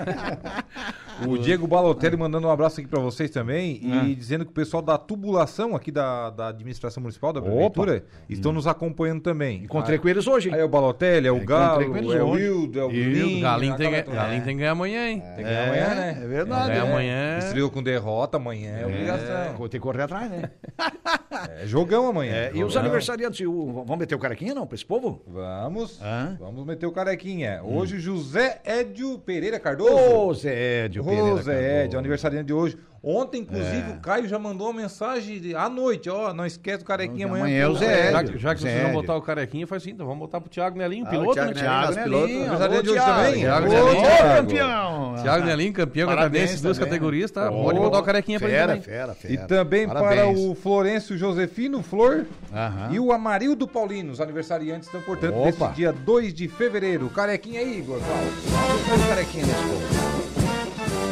Speaker 3: O Diego Balotelli
Speaker 2: É.
Speaker 3: mandando um abraço aqui pra vocês também e dizendo que o pessoal da tubulação aqui da, da administração municipal, da prefeitura, estão nos acompanhando também.
Speaker 2: Hum. Encontrei com eles hoje.
Speaker 3: aí, aí é o Balotelli, é o Galo,
Speaker 2: encontrei com eles
Speaker 3: é o
Speaker 2: hoje.
Speaker 3: Hildo, é o
Speaker 5: E
Speaker 3: Gulim.
Speaker 5: o Galinho tem,
Speaker 3: aquela
Speaker 5: que-
Speaker 3: turma.
Speaker 5: Galinho tem que ganhar amanhã, hein?
Speaker 3: Tem que ganhar amanhã, né?
Speaker 2: é verdade,
Speaker 5: Tem que ganhar
Speaker 2: né?
Speaker 5: amanhã.
Speaker 3: Estreou com derrota, amanhã é, obrigação.
Speaker 2: Vou ter que correr atrás, né?
Speaker 3: É jogão amanhã.
Speaker 2: É, e os
Speaker 3: Jogão.
Speaker 2: aniversariantes, o- vamos meter o caraquinha não, pra esse povo?
Speaker 3: Vamos,
Speaker 2: Hã? Hum.
Speaker 3: vamos meter o carequinha. Hoje o José Edio Pereira Cardoso.
Speaker 2: Ô, Zé Edio Pereira
Speaker 3: José
Speaker 2: Cardoso.
Speaker 3: Edio, aniversariante é, de hoje. Ontem,
Speaker 2: É.
Speaker 3: inclusive, o Caio já mandou uma mensagem de- à noite, ó, não esquece o carequinha amanhã.
Speaker 2: Amanhã é o
Speaker 3: pô.
Speaker 2: Zé Edio.
Speaker 5: Já que, já que vocês vão
Speaker 2: Sério.
Speaker 5: botar o carequinha, faz assim, então vamos botar pro Thiago Nelinho,
Speaker 4: Ah, o
Speaker 5: piloto,
Speaker 4: Thiago
Speaker 5: né?
Speaker 4: Nelinho.
Speaker 2: Thiago
Speaker 4: Nosso piloto,
Speaker 2: Nelinho,
Speaker 3: aniversariante de
Speaker 2: alô,
Speaker 3: hoje também.
Speaker 2: Thiago.
Speaker 5: Thiago
Speaker 2: Ô,
Speaker 5: Nelinho, Thiago.
Speaker 2: campeão!
Speaker 5: Thiago Nelinho, campeão
Speaker 2: Parabéns
Speaker 5: catarinense, duas
Speaker 2: também.
Speaker 5: categorias, tá?
Speaker 2: Ô,
Speaker 5: Pode botar o carequinha pra
Speaker 2: fera,
Speaker 5: ele também.
Speaker 2: Fera, fera,
Speaker 3: E também
Speaker 2: Parabéns.
Speaker 3: para o Florencio Josefino Flor
Speaker 2: Aham.
Speaker 3: e o Amarildo Paulino. Os aniversariantes estão, portanto,
Speaker 2: Opa.
Speaker 3: nesse dia 2 de fevereiro. Carequinha aí, Igor. Vamos o carequinha né, nesse povo.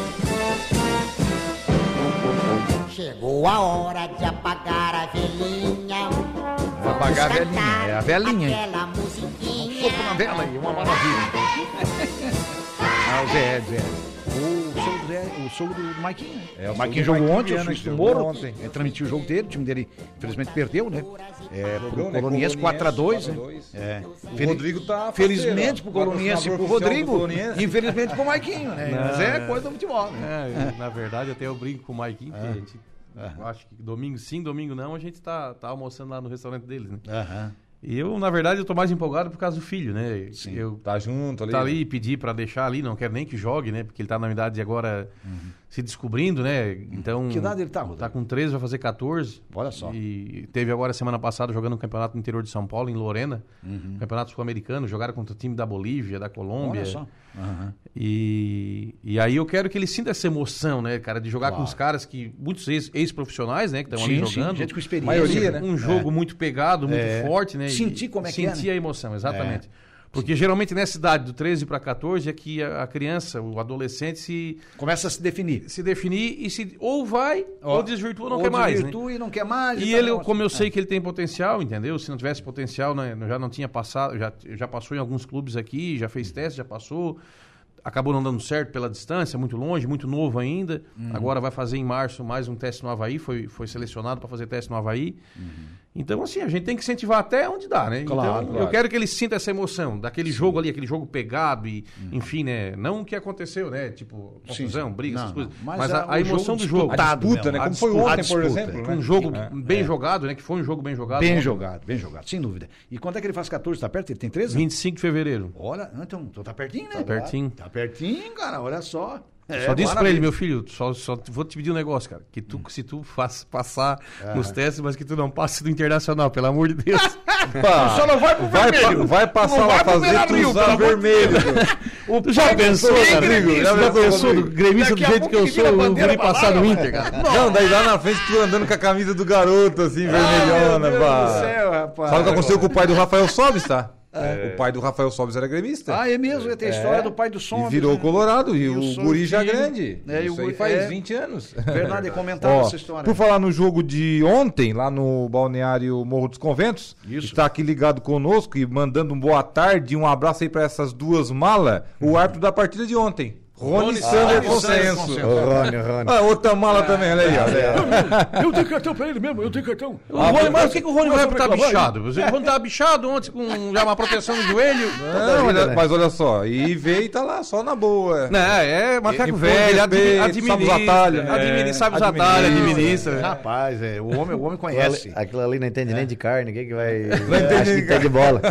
Speaker 6: Chegou a hora de apagar a velhinha. Vamos
Speaker 2: apagar a velhinha,
Speaker 6: cantar
Speaker 2: é a velhinha, hein?
Speaker 6: Aquela musiquinha.
Speaker 2: Uma vela aí, uma maravilha. então. Ah, o Zé Ed, Zé Ed. O sogro, do Zé- o sogro do Marquinhos, né?
Speaker 3: É, o
Speaker 2: o Marquinhos
Speaker 3: sogro do
Speaker 2: jogou
Speaker 3: Marquinhos
Speaker 2: ontem, o
Speaker 3: Viana,
Speaker 2: Suíço
Speaker 3: jogou
Speaker 2: Moro.
Speaker 3: ontem.
Speaker 2: Ele transmitiu o jogo dele, o time dele, infelizmente, perdeu, né? É, pro
Speaker 3: Jogou, né?
Speaker 2: Coloniense 4x2, né?
Speaker 3: 4x2.
Speaker 2: É.
Speaker 3: O
Speaker 2: Fel-
Speaker 3: Rodrigo tá
Speaker 2: Felizmente pro
Speaker 3: parceiro, ó.
Speaker 2: Coloniense e pro
Speaker 3: Patrocinador oficial do
Speaker 2: Rodrigo,
Speaker 3: Coloniense.
Speaker 2: infelizmente pro Marquinhos, né? Mas é
Speaker 5: é.
Speaker 2: coisa do futebol, né?
Speaker 5: É, eu, na verdade, até eu brinco com o Maikinho, que a gente,
Speaker 2: É.
Speaker 5: eu acho que domingo sim, domingo não, a gente tá, tá almoçando lá no restaurante deles, né?
Speaker 2: Aham.
Speaker 5: E eu, na verdade, eu tô mais empolgado por causa do filho, né? Eu
Speaker 3: Tá junto ali.
Speaker 5: tá ali
Speaker 2: né?
Speaker 5: e pedir pra deixar ali, não quero nem que jogue, né? Porque ele tá na idade de agora se descobrindo, né? Então.
Speaker 2: Uhum. Que idade ele tá, Rodrigo?
Speaker 5: Tá com 13, vai fazer 14.
Speaker 2: Olha só.
Speaker 5: E teve agora semana passada jogando no campeonato no interior de São Paulo, em Lorena. Campeonato sul-americano, jogaram contra o time da Bolívia, da
Speaker 2: Uhum.
Speaker 5: Colômbia.
Speaker 2: Olha só. Aham.
Speaker 5: E, e aí eu quero que ele sinta essa emoção, né, cara, de jogar com os caras que. Muitos ex- ex-profissionais, né, que estão ali
Speaker 2: Sim, sim,
Speaker 5: jogando.
Speaker 2: gente com experiência.
Speaker 3: Maioria, né?
Speaker 5: Um jogo muito pegado, muito
Speaker 2: É.
Speaker 5: forte, né?
Speaker 2: Sentir como é que é,
Speaker 5: Sentir a emoção, exatamente. Porque geralmente nessa idade, do 13 para 14, é que a, a criança, o adolescente, se,
Speaker 2: Começa a se definir.
Speaker 5: se definir e se ou vai
Speaker 2: Ó,
Speaker 5: ou desvirtua, não
Speaker 2: ou
Speaker 5: quer mais. né?
Speaker 2: desvirtua e não quer mais.
Speaker 5: E
Speaker 2: tal
Speaker 5: ele, eu-
Speaker 2: negócio.
Speaker 5: como eu sei que ele tem potencial, entendeu? Se não tivesse potencial, né, já não tinha passado, já, já passou em alguns clubes aqui, já fez teste, já passou. Acabou não dando certo pela distância, muito longe, muito novo ainda.
Speaker 2: Uhum.
Speaker 5: Agora vai fazer em março mais um teste no Havaí, foi, foi selecionado para fazer teste no Havaí.
Speaker 2: Uhum.
Speaker 5: Então, assim, a gente tem que incentivar até onde dá, né?
Speaker 3: Claro,
Speaker 5: então,
Speaker 3: claro.
Speaker 5: eu quero que ele sinta essa emoção daquele jogo ali, aquele jogo pegado e, enfim, né? Não o que aconteceu, né? Tipo,
Speaker 2: Uhum. Sim,
Speaker 5: confusão,
Speaker 2: sim.
Speaker 5: briga,
Speaker 2: Não,
Speaker 5: essas coisas.
Speaker 2: não.
Speaker 5: Mas,
Speaker 2: Mas
Speaker 5: a,
Speaker 2: é um
Speaker 5: a
Speaker 2: jogo
Speaker 5: emoção do jogo.
Speaker 2: disputado.
Speaker 3: A disputa,
Speaker 2: mesmo,
Speaker 3: né?
Speaker 2: a
Speaker 3: Como foi
Speaker 2: disputa,
Speaker 3: ontem,
Speaker 2: a
Speaker 3: por
Speaker 2: disputa.
Speaker 3: exemplo.
Speaker 5: Com
Speaker 3: né?
Speaker 5: um jogo
Speaker 3: É.
Speaker 5: bem jogado, né? Que foi um jogo bem jogado.
Speaker 2: Bem
Speaker 5: ontem.
Speaker 2: jogado, bem jogado, sem dúvida. E quando é que ele faz 14? Tá perto? Ele tem 13?
Speaker 5: 25 de fevereiro.
Speaker 2: Olha, então, então tá pertinho, né?
Speaker 5: Tá pertinho.
Speaker 2: Tá pertinho, cara, olha só. É,
Speaker 5: só disse pra
Speaker 2: maravilha.
Speaker 5: ele, meu filho, só, só vou te pedir um negócio, cara. Que tu, se tu faz, passar
Speaker 3: É.
Speaker 5: nos testes, mas que tu não passe do Internacional, pelo amor de Deus.
Speaker 3: Pá,
Speaker 2: Só não vai pro
Speaker 3: vai,
Speaker 2: vermelho.
Speaker 3: pa- vai passar
Speaker 2: Não
Speaker 3: lá
Speaker 2: vai pro
Speaker 3: fazer
Speaker 2: Beira-Rio,
Speaker 3: tu usar
Speaker 2: pelo amor
Speaker 3: vermelho.
Speaker 5: tu já pensou,
Speaker 3: pensou,
Speaker 5: cara?
Speaker 3: Rodrigo? Já
Speaker 5: Já
Speaker 3: pensou,
Speaker 5: pensou do
Speaker 3: Rodrigo?
Speaker 5: gremista do
Speaker 2: Daqui a
Speaker 5: jeito
Speaker 2: pouco
Speaker 5: que eu
Speaker 2: ele vira
Speaker 5: sou,
Speaker 2: a
Speaker 5: eu
Speaker 2: bandeira
Speaker 5: vem
Speaker 2: pra
Speaker 5: passar
Speaker 2: lá, né?
Speaker 5: no
Speaker 2: vai.
Speaker 5: Inter, cara?
Speaker 3: Não, daí lá na frente tu andando com a camisa do garoto, assim, vermelhona, pá.
Speaker 2: do céu, É. rapaz.
Speaker 3: Sabe o que aconteceu com o pai do Rafael Sobis, tá? O pai do Rafael Sobis era gremista.
Speaker 2: Ah, é mesmo, tem a história do pai do som. né?
Speaker 3: E virou colorado, e,
Speaker 2: E o
Speaker 3: o
Speaker 2: Sobis
Speaker 3: guri já
Speaker 2: filho,
Speaker 3: grande.
Speaker 2: né, e o
Speaker 3: Isso aí
Speaker 2: guri-
Speaker 3: faz
Speaker 2: é.
Speaker 3: 20 anos.
Speaker 2: Verdade, é comentado
Speaker 3: Ó,
Speaker 2: essa história.
Speaker 3: Por falar no jogo de ontem, lá no Balneário Morro dos Conventos,
Speaker 2: Isso.
Speaker 3: está aqui ligado conosco e mandando um boa tarde e um abraço aí para essas duas malas, o árbitro da partida de ontem, Rony,
Speaker 5: Rony
Speaker 3: Sander
Speaker 5: Sander
Speaker 3: Consenso.
Speaker 2: Consenso.
Speaker 4: Ô, Rony, Rony. É,
Speaker 3: Ah, outra mala também,
Speaker 2: é.
Speaker 3: olha aí. ó.
Speaker 2: Eu tenho cartão pra ele mesmo, eu tenho cartão.
Speaker 5: O Rony, mas por que, que o Rony vai estar bichado? O Rony tá bichado ontem com já uma proteção no joelho.
Speaker 3: Não, olha- mas olha só, e veio e tá lá, só na boa.
Speaker 5: Não, é macaco
Speaker 3: Impõe
Speaker 5: velho, admi-
Speaker 3: respeito,
Speaker 5: administra.
Speaker 3: sabe os atalhos, né?
Speaker 5: admini- sabe os
Speaker 3: Administra.
Speaker 5: atalhos, administra.
Speaker 2: Rapaz, é, o homem, o homem
Speaker 4: Aquilo
Speaker 2: conhece.
Speaker 4: ali- Aquilo ali não
Speaker 2: É.
Speaker 4: entende nem de carne, o que que vai...
Speaker 3: entende
Speaker 4: acha
Speaker 3: de
Speaker 4: que entende de bola.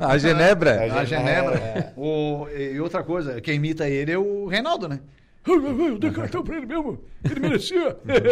Speaker 2: Ah,
Speaker 3: A Genebra.
Speaker 2: A Genebra. é, O- e outra coisa, quem imita ele é o Reinaldo, né? Eu dei cartão pra ele mesmo, ele merecia.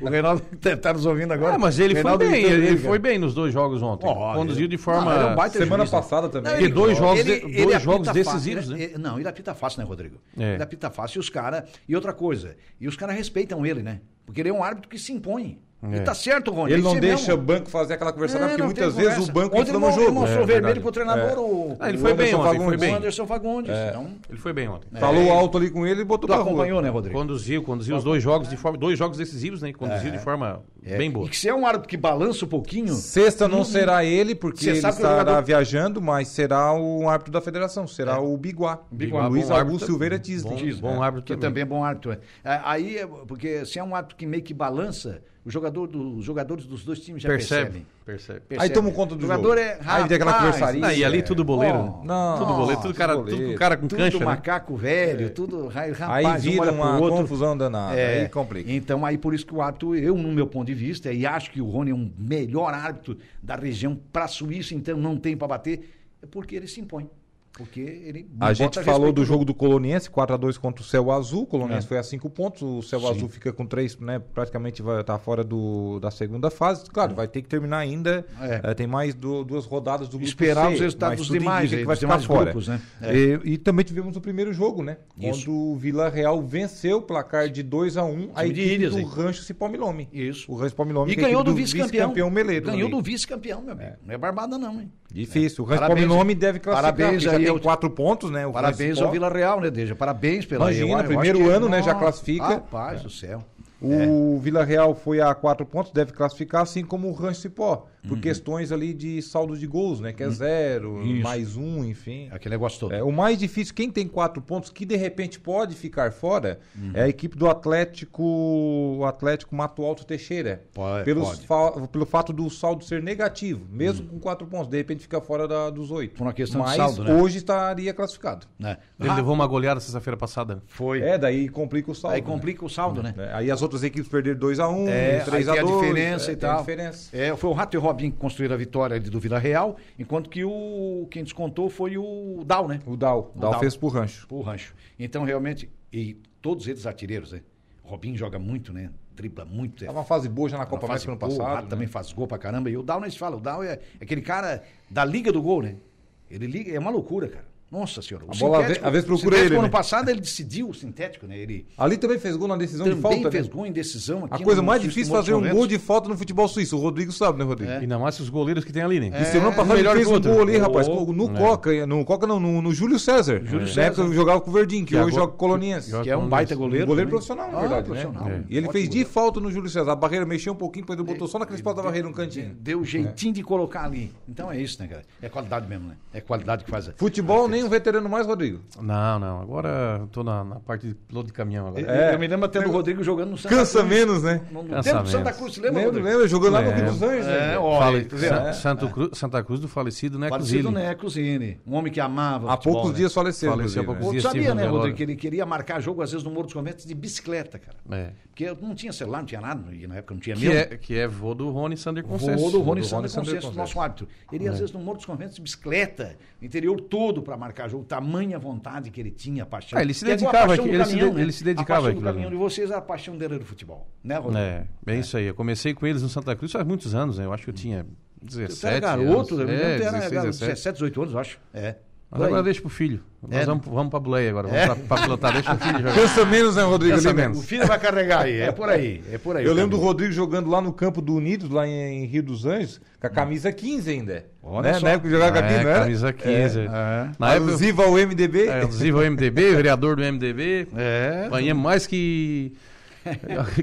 Speaker 2: o Reinaldo deve estar nos ouvindo agora.
Speaker 5: Ah, mas ele foi
Speaker 2: Reinaldo
Speaker 5: bem,
Speaker 2: imitou
Speaker 5: ele,
Speaker 2: cara.
Speaker 5: foi bem nos dois jogos ontem.
Speaker 2: Ó,
Speaker 5: Conduziu de forma.
Speaker 2: Não, ele é um baita
Speaker 3: Semana
Speaker 2: juiz, né?
Speaker 3: passada também.
Speaker 5: ele- dois jogos de- dois
Speaker 2: apita
Speaker 5: jogos
Speaker 2: fácil,
Speaker 5: decisivos,
Speaker 2: ele-
Speaker 5: né?
Speaker 2: ele- não, ele apita fácil, né, Rodrigo?
Speaker 5: É.
Speaker 2: Ele apita fácil e os caras. E outra coisa, e os caras respeitam ele, né? Porque ele é um árbitro que se impõe. E tá certo, Rony.
Speaker 3: Ele
Speaker 2: é
Speaker 3: não
Speaker 2: isso aí
Speaker 3: deixa o
Speaker 2: mesmo.
Speaker 3: banco fazer aquela conversa,
Speaker 2: É,
Speaker 3: porque
Speaker 2: não
Speaker 3: muitas
Speaker 2: tem
Speaker 3: vezes
Speaker 2: conversa.
Speaker 3: o banco
Speaker 2: Ontem
Speaker 3: entra no
Speaker 2: ele mo- ele
Speaker 3: jogo.
Speaker 2: mostrou
Speaker 3: É,
Speaker 2: vermelho
Speaker 3: verdade.
Speaker 2: pro treinador, o,
Speaker 5: Ah, ele
Speaker 2: o
Speaker 5: foi bem
Speaker 3: Anderson
Speaker 5: ontem, foi
Speaker 3: Fagundes.
Speaker 5: bem.
Speaker 2: Anderson Fagundes. Então,
Speaker 5: Ele foi bem ontem.
Speaker 3: Falou alto ali com ele e botou
Speaker 2: tu
Speaker 3: pra rua.
Speaker 2: acompanhou, né, Rodrigo?
Speaker 5: Conduziu, conduziu os dois jogos de forma. Dois jogos decisivos, né? Conduziu de forma bem boa.
Speaker 2: E que se é um árbitro que balança um pouquinho,
Speaker 3: Sexta não será ele, porque
Speaker 2: Você
Speaker 3: ele
Speaker 2: sabe que o
Speaker 3: estará
Speaker 2: jogador- É.
Speaker 3: viajando, mas será o árbitro da federação, será o Biguá.
Speaker 5: Biguá,
Speaker 3: Luiz
Speaker 5: bom
Speaker 3: Augusto
Speaker 5: árbitro.
Speaker 3: Silveira
Speaker 5: Bom,
Speaker 3: Tisney.
Speaker 5: bom árbitro
Speaker 2: que
Speaker 5: também.
Speaker 2: também é bom árbitro. é. É, Aí, é porque se é um árbitro que meio que balança, o jogador do- os jogadores dos dois times já
Speaker 5: Percebe?
Speaker 2: percebem.
Speaker 5: Percebe.
Speaker 3: Aí toma um conta do
Speaker 2: O jogador
Speaker 3: jogo.
Speaker 2: é
Speaker 3: Aí tem aquela
Speaker 2: rapaz,
Speaker 3: conversaria.
Speaker 5: Ah, e ali
Speaker 3: é.
Speaker 5: tudo boleiro.
Speaker 2: Ó,
Speaker 5: né?
Speaker 3: Não,
Speaker 5: tudo boleiro, tudo
Speaker 3: tudo
Speaker 5: cara,
Speaker 3: boleiro.
Speaker 5: tudo cara com
Speaker 2: Tudo
Speaker 5: cancha. né?
Speaker 2: macaco velho, tudo ra-
Speaker 3: Aí
Speaker 2: rapaz, um
Speaker 3: vira
Speaker 2: olha pro
Speaker 3: uma
Speaker 2: outro.
Speaker 3: confusão danada.
Speaker 2: É,
Speaker 3: Aí complica.
Speaker 2: Então, aí por isso que o árbitro, eu, no meu ponto de vista, e acho que o Rony é um melhor árbitro da região para Suíça, então não tem para bater, é porque ele se impõe. Porque ele.
Speaker 3: A
Speaker 2: bota
Speaker 3: gente
Speaker 2: respeito É.
Speaker 3: falou do
Speaker 2: no
Speaker 3: jogo do Coloniense, 4x2 contra o Céu Azul. O Coloniense foi a 5 pontos. O Céu Azul fica com 3, né? Praticamente vai estar fora do, da segunda fase. Claro, vai ter que terminar ainda.
Speaker 2: É.
Speaker 3: eh, tem mais du- duas rodadas do grupo
Speaker 2: Esperar
Speaker 3: C,
Speaker 2: os resultados
Speaker 3: mas
Speaker 2: dos
Speaker 3: tudo indica
Speaker 2: demais,
Speaker 3: que
Speaker 2: eh,
Speaker 3: vai
Speaker 2: dos
Speaker 3: ficar
Speaker 2: demais
Speaker 3: fora.
Speaker 2: grupos, né?
Speaker 3: E, e também tivemos o primeiro jogo, né? Quando o Vila Real venceu o placar de 2x1. Um, a
Speaker 2: Time de
Speaker 3: equipe
Speaker 2: Ilhas,
Speaker 3: do
Speaker 2: hein?
Speaker 3: Rancho Cipomilome.
Speaker 2: Isso.
Speaker 3: O Rancho Cipomilome
Speaker 2: E
Speaker 3: que é a
Speaker 2: ganhou
Speaker 3: equipe
Speaker 2: do vice-campeão.
Speaker 3: Meleiro.
Speaker 2: Ganhou
Speaker 3: né?
Speaker 2: do vice-campeão, meu amigo. Não é barbada, não, hein?
Speaker 3: Difícil. O Rancho
Speaker 2: Parabéns.
Speaker 3: Cipomilome deve classificar.
Speaker 2: Parabéns
Speaker 3: porque já
Speaker 2: aí
Speaker 3: tem
Speaker 2: ao-
Speaker 3: 4 pontos, né? O Rancho
Speaker 2: Parabéns ao
Speaker 3: Cipó.
Speaker 2: Vila Real, né, Deja? Parabéns pela
Speaker 3: Imagina,
Speaker 2: eu acho
Speaker 3: primeiro
Speaker 2: que-
Speaker 3: ano, né, já
Speaker 2: Nossa,
Speaker 3: classifica.
Speaker 2: Rapaz do céu.
Speaker 3: O
Speaker 2: É.
Speaker 3: Vila Real foi a quatro pontos, deve classificar, assim como o Rancho Cipó, por
Speaker 2: Uhum.
Speaker 3: questões ali de saldo de gols, né? Que é zero, mais um, enfim.
Speaker 2: Aquele negócio todo.
Speaker 3: É, o mais difícil, quem tem quatro pontos, que de repente pode ficar fora,
Speaker 2: Uhum.
Speaker 3: é a equipe do Atlético o Atlético Mato Alto Teixeira.
Speaker 2: Pode,
Speaker 3: pelos
Speaker 2: pode. Uhum.
Speaker 3: fa- pelo fato do saldo ser negativo, mesmo com quatro pontos, de repente fica fora da- dos oito.
Speaker 2: Por uma questão de
Speaker 3: Mas
Speaker 2: saldo, né?
Speaker 3: hoje estaria classificado.
Speaker 2: né?
Speaker 5: Ele levou uma goleada sexta-feira passada.
Speaker 2: Foi.
Speaker 3: É, daí complica o saldo.
Speaker 2: Aí
Speaker 3: né?
Speaker 2: complica o saldo, né?
Speaker 3: É, Aí as outras equipes perderam 2x1,
Speaker 2: É,
Speaker 3: 3x2.
Speaker 2: aí tem a diferença e tal.
Speaker 3: é, diferença.
Speaker 2: É, foi o Rato e o Robinho que construíram a vitória ali do Vila Real, enquanto que o quem descontou foi o Dal, né?
Speaker 3: O Dal. O Dal,
Speaker 2: Dal.
Speaker 3: fez pro rancho.
Speaker 2: O Rancho. Então, realmente, e todos eles atireiros, né? O Robinho joga muito, né? Dribla muito.
Speaker 3: Tava uma fase boa ah, já na Copa
Speaker 2: faz
Speaker 3: América
Speaker 2: gol,
Speaker 3: ano
Speaker 2: o Rato
Speaker 3: passado. né?
Speaker 2: também faz gol pra caramba. E o Dal, nem se fala, o Dal é aquele cara da né? liga do gol, né? Ele liga, é uma loucura, cara. Nossa senhora. o
Speaker 3: A bola,
Speaker 2: sintético-
Speaker 3: às vezes, procura
Speaker 2: sintético,
Speaker 3: ele,
Speaker 2: Ano
Speaker 3: né?
Speaker 2: passado ele decidiu o sintético, né? Ele
Speaker 3: Ali também fez gol na decisão
Speaker 2: também
Speaker 3: de falta.
Speaker 2: fez
Speaker 3: né?
Speaker 2: gol em decisão aqui.
Speaker 3: A coisa
Speaker 2: no-
Speaker 3: mais
Speaker 2: nos
Speaker 3: difícil
Speaker 2: últimos
Speaker 3: é fazer um
Speaker 2: momentos.
Speaker 3: gol de falta no futebol suíço. O Rodrigo sabe, né, Rodrigo?
Speaker 5: Ainda mais se os goleiros que tem ali, né?
Speaker 3: E semana passada É. ele
Speaker 5: melhor
Speaker 3: fez
Speaker 5: que
Speaker 3: um
Speaker 5: outro.
Speaker 3: gol ali, rapaz.
Speaker 5: Gol.
Speaker 3: No
Speaker 5: É.
Speaker 3: Coca, no Coca não, no, no Júlio César. Na época eu jogava com o Verdinho, que,
Speaker 5: Que
Speaker 3: hoje
Speaker 5: agora-
Speaker 3: joga com o Coloniense.
Speaker 5: joga
Speaker 2: Que é um baita goleiro.
Speaker 3: Um goleiro
Speaker 2: também.
Speaker 3: profissional, na
Speaker 2: Ah,
Speaker 3: verdade,
Speaker 2: profissional.
Speaker 3: né? E ele
Speaker 2: Ótimo
Speaker 3: fez de
Speaker 2: goleiro.
Speaker 3: falta no Júlio César. A barreira mexeu um pouquinho, depois ele botou só naquele espaço da barreira, um cantinho.
Speaker 2: É. Deu jeitinho de colocar ali. Então é isso, né, cara? É qualidade mesmo, né? É qualidade que faz. a-
Speaker 3: Futebol, nem um veterano mais, Rodrigo.
Speaker 5: Não, não. Agora eu tô na, na parte de piloto de caminhão agora.
Speaker 2: Eu-
Speaker 3: É.
Speaker 2: Eu me lembro até do Rodrigo jogando no Santa
Speaker 3: Cansa
Speaker 2: Cruz.
Speaker 3: menos, né?
Speaker 2: No, no
Speaker 5: Cansa
Speaker 2: tempo do Santa
Speaker 5: menos.
Speaker 2: Cruz, você lembra?
Speaker 3: Lembra,
Speaker 2: Rodrigo?
Speaker 3: lembra? Jogando lá no Rio
Speaker 5: Lembro.
Speaker 3: dos Anjos, né?
Speaker 2: É, olha,
Speaker 5: Fale-
Speaker 2: tu vê,
Speaker 5: Sa-
Speaker 2: né?
Speaker 5: Santo Cru- Santa Cruz do falecido, né?
Speaker 2: Parecido,
Speaker 5: Cozilli.
Speaker 2: né? Cozini. Um homem que amava.
Speaker 3: Há
Speaker 2: futebol,
Speaker 3: poucos
Speaker 2: né?
Speaker 3: dias faleceu.
Speaker 5: Faleceu há
Speaker 3: inclusive,
Speaker 5: poucos
Speaker 3: né?
Speaker 2: Pô, tu
Speaker 5: dias
Speaker 2: sabia,
Speaker 5: estive no
Speaker 2: né,
Speaker 5: velório.
Speaker 2: Rodrigo, que ele queria marcar jogo, às vezes, no Morro dos Conventos, de bicicleta, cara.
Speaker 5: É.
Speaker 2: Porque eu não tinha celular, não tinha nada, e na época não tinha
Speaker 5: Que
Speaker 2: mesmo.
Speaker 5: é, que é vô do Rony Sander Conceição.
Speaker 2: Voo do Rony
Speaker 3: Rony
Speaker 5: é
Speaker 2: Sander
Speaker 3: Sander
Speaker 2: Conceição,
Speaker 3: Conceição.
Speaker 2: nosso árbitro. Ele ia, às vezes no Morro dos Conventos de bicicleta, no interior todo para marcar jogo, tamanha vontade que ele tinha, a paixão.
Speaker 5: Ah, ele se
Speaker 2: E é igual a
Speaker 5: dedicava
Speaker 2: paixão
Speaker 5: aqui-
Speaker 2: do
Speaker 5: ele se
Speaker 2: caminhão,
Speaker 5: de-
Speaker 2: né?
Speaker 5: ele se dedicava
Speaker 2: A paixão do
Speaker 5: àquilo,
Speaker 2: caminhão
Speaker 5: né?
Speaker 2: de vocês é a paixão dele do futebol, né, Rodrigo?
Speaker 5: É, é isso aí. Eu comecei com eles no Santa Cruz faz muitos anos, né? Eu acho que eu tinha
Speaker 2: Tu
Speaker 5: 17
Speaker 2: era é garoto,
Speaker 5: anos.
Speaker 2: eu me lembro,
Speaker 5: é,
Speaker 2: tu era
Speaker 5: 16,
Speaker 2: garoto,
Speaker 5: 17.
Speaker 2: 17, 18 anos, eu acho. É.
Speaker 5: Mas agora deixa pro filho. Nós
Speaker 2: É.
Speaker 5: vamos, vamos pra Buleia agora. Vamos pra, pra pilotar. Deixa pro filho jogar.
Speaker 3: Cansa menos, né, Rodrigo?
Speaker 5: Cansa
Speaker 3: Ali
Speaker 5: menos.
Speaker 2: O filho vai carregar aí, é por aí, é por aí.
Speaker 3: Eu
Speaker 2: o
Speaker 3: lembro do
Speaker 2: caminho.
Speaker 3: Rodrigo jogando lá no campo do Unidos, lá em, em Rio dos Anjos, com a camisa 15 ainda.
Speaker 2: Olha
Speaker 3: né?
Speaker 2: só.
Speaker 3: Na época que jogava
Speaker 5: É,
Speaker 3: camisa, não era?
Speaker 5: camisa 15.
Speaker 2: é.
Speaker 5: Na época, eu-
Speaker 3: Alusiva ao MDB.
Speaker 5: é, inclusive o MDB, vereador do MDB.
Speaker 2: É.
Speaker 5: Apanhamos mais que.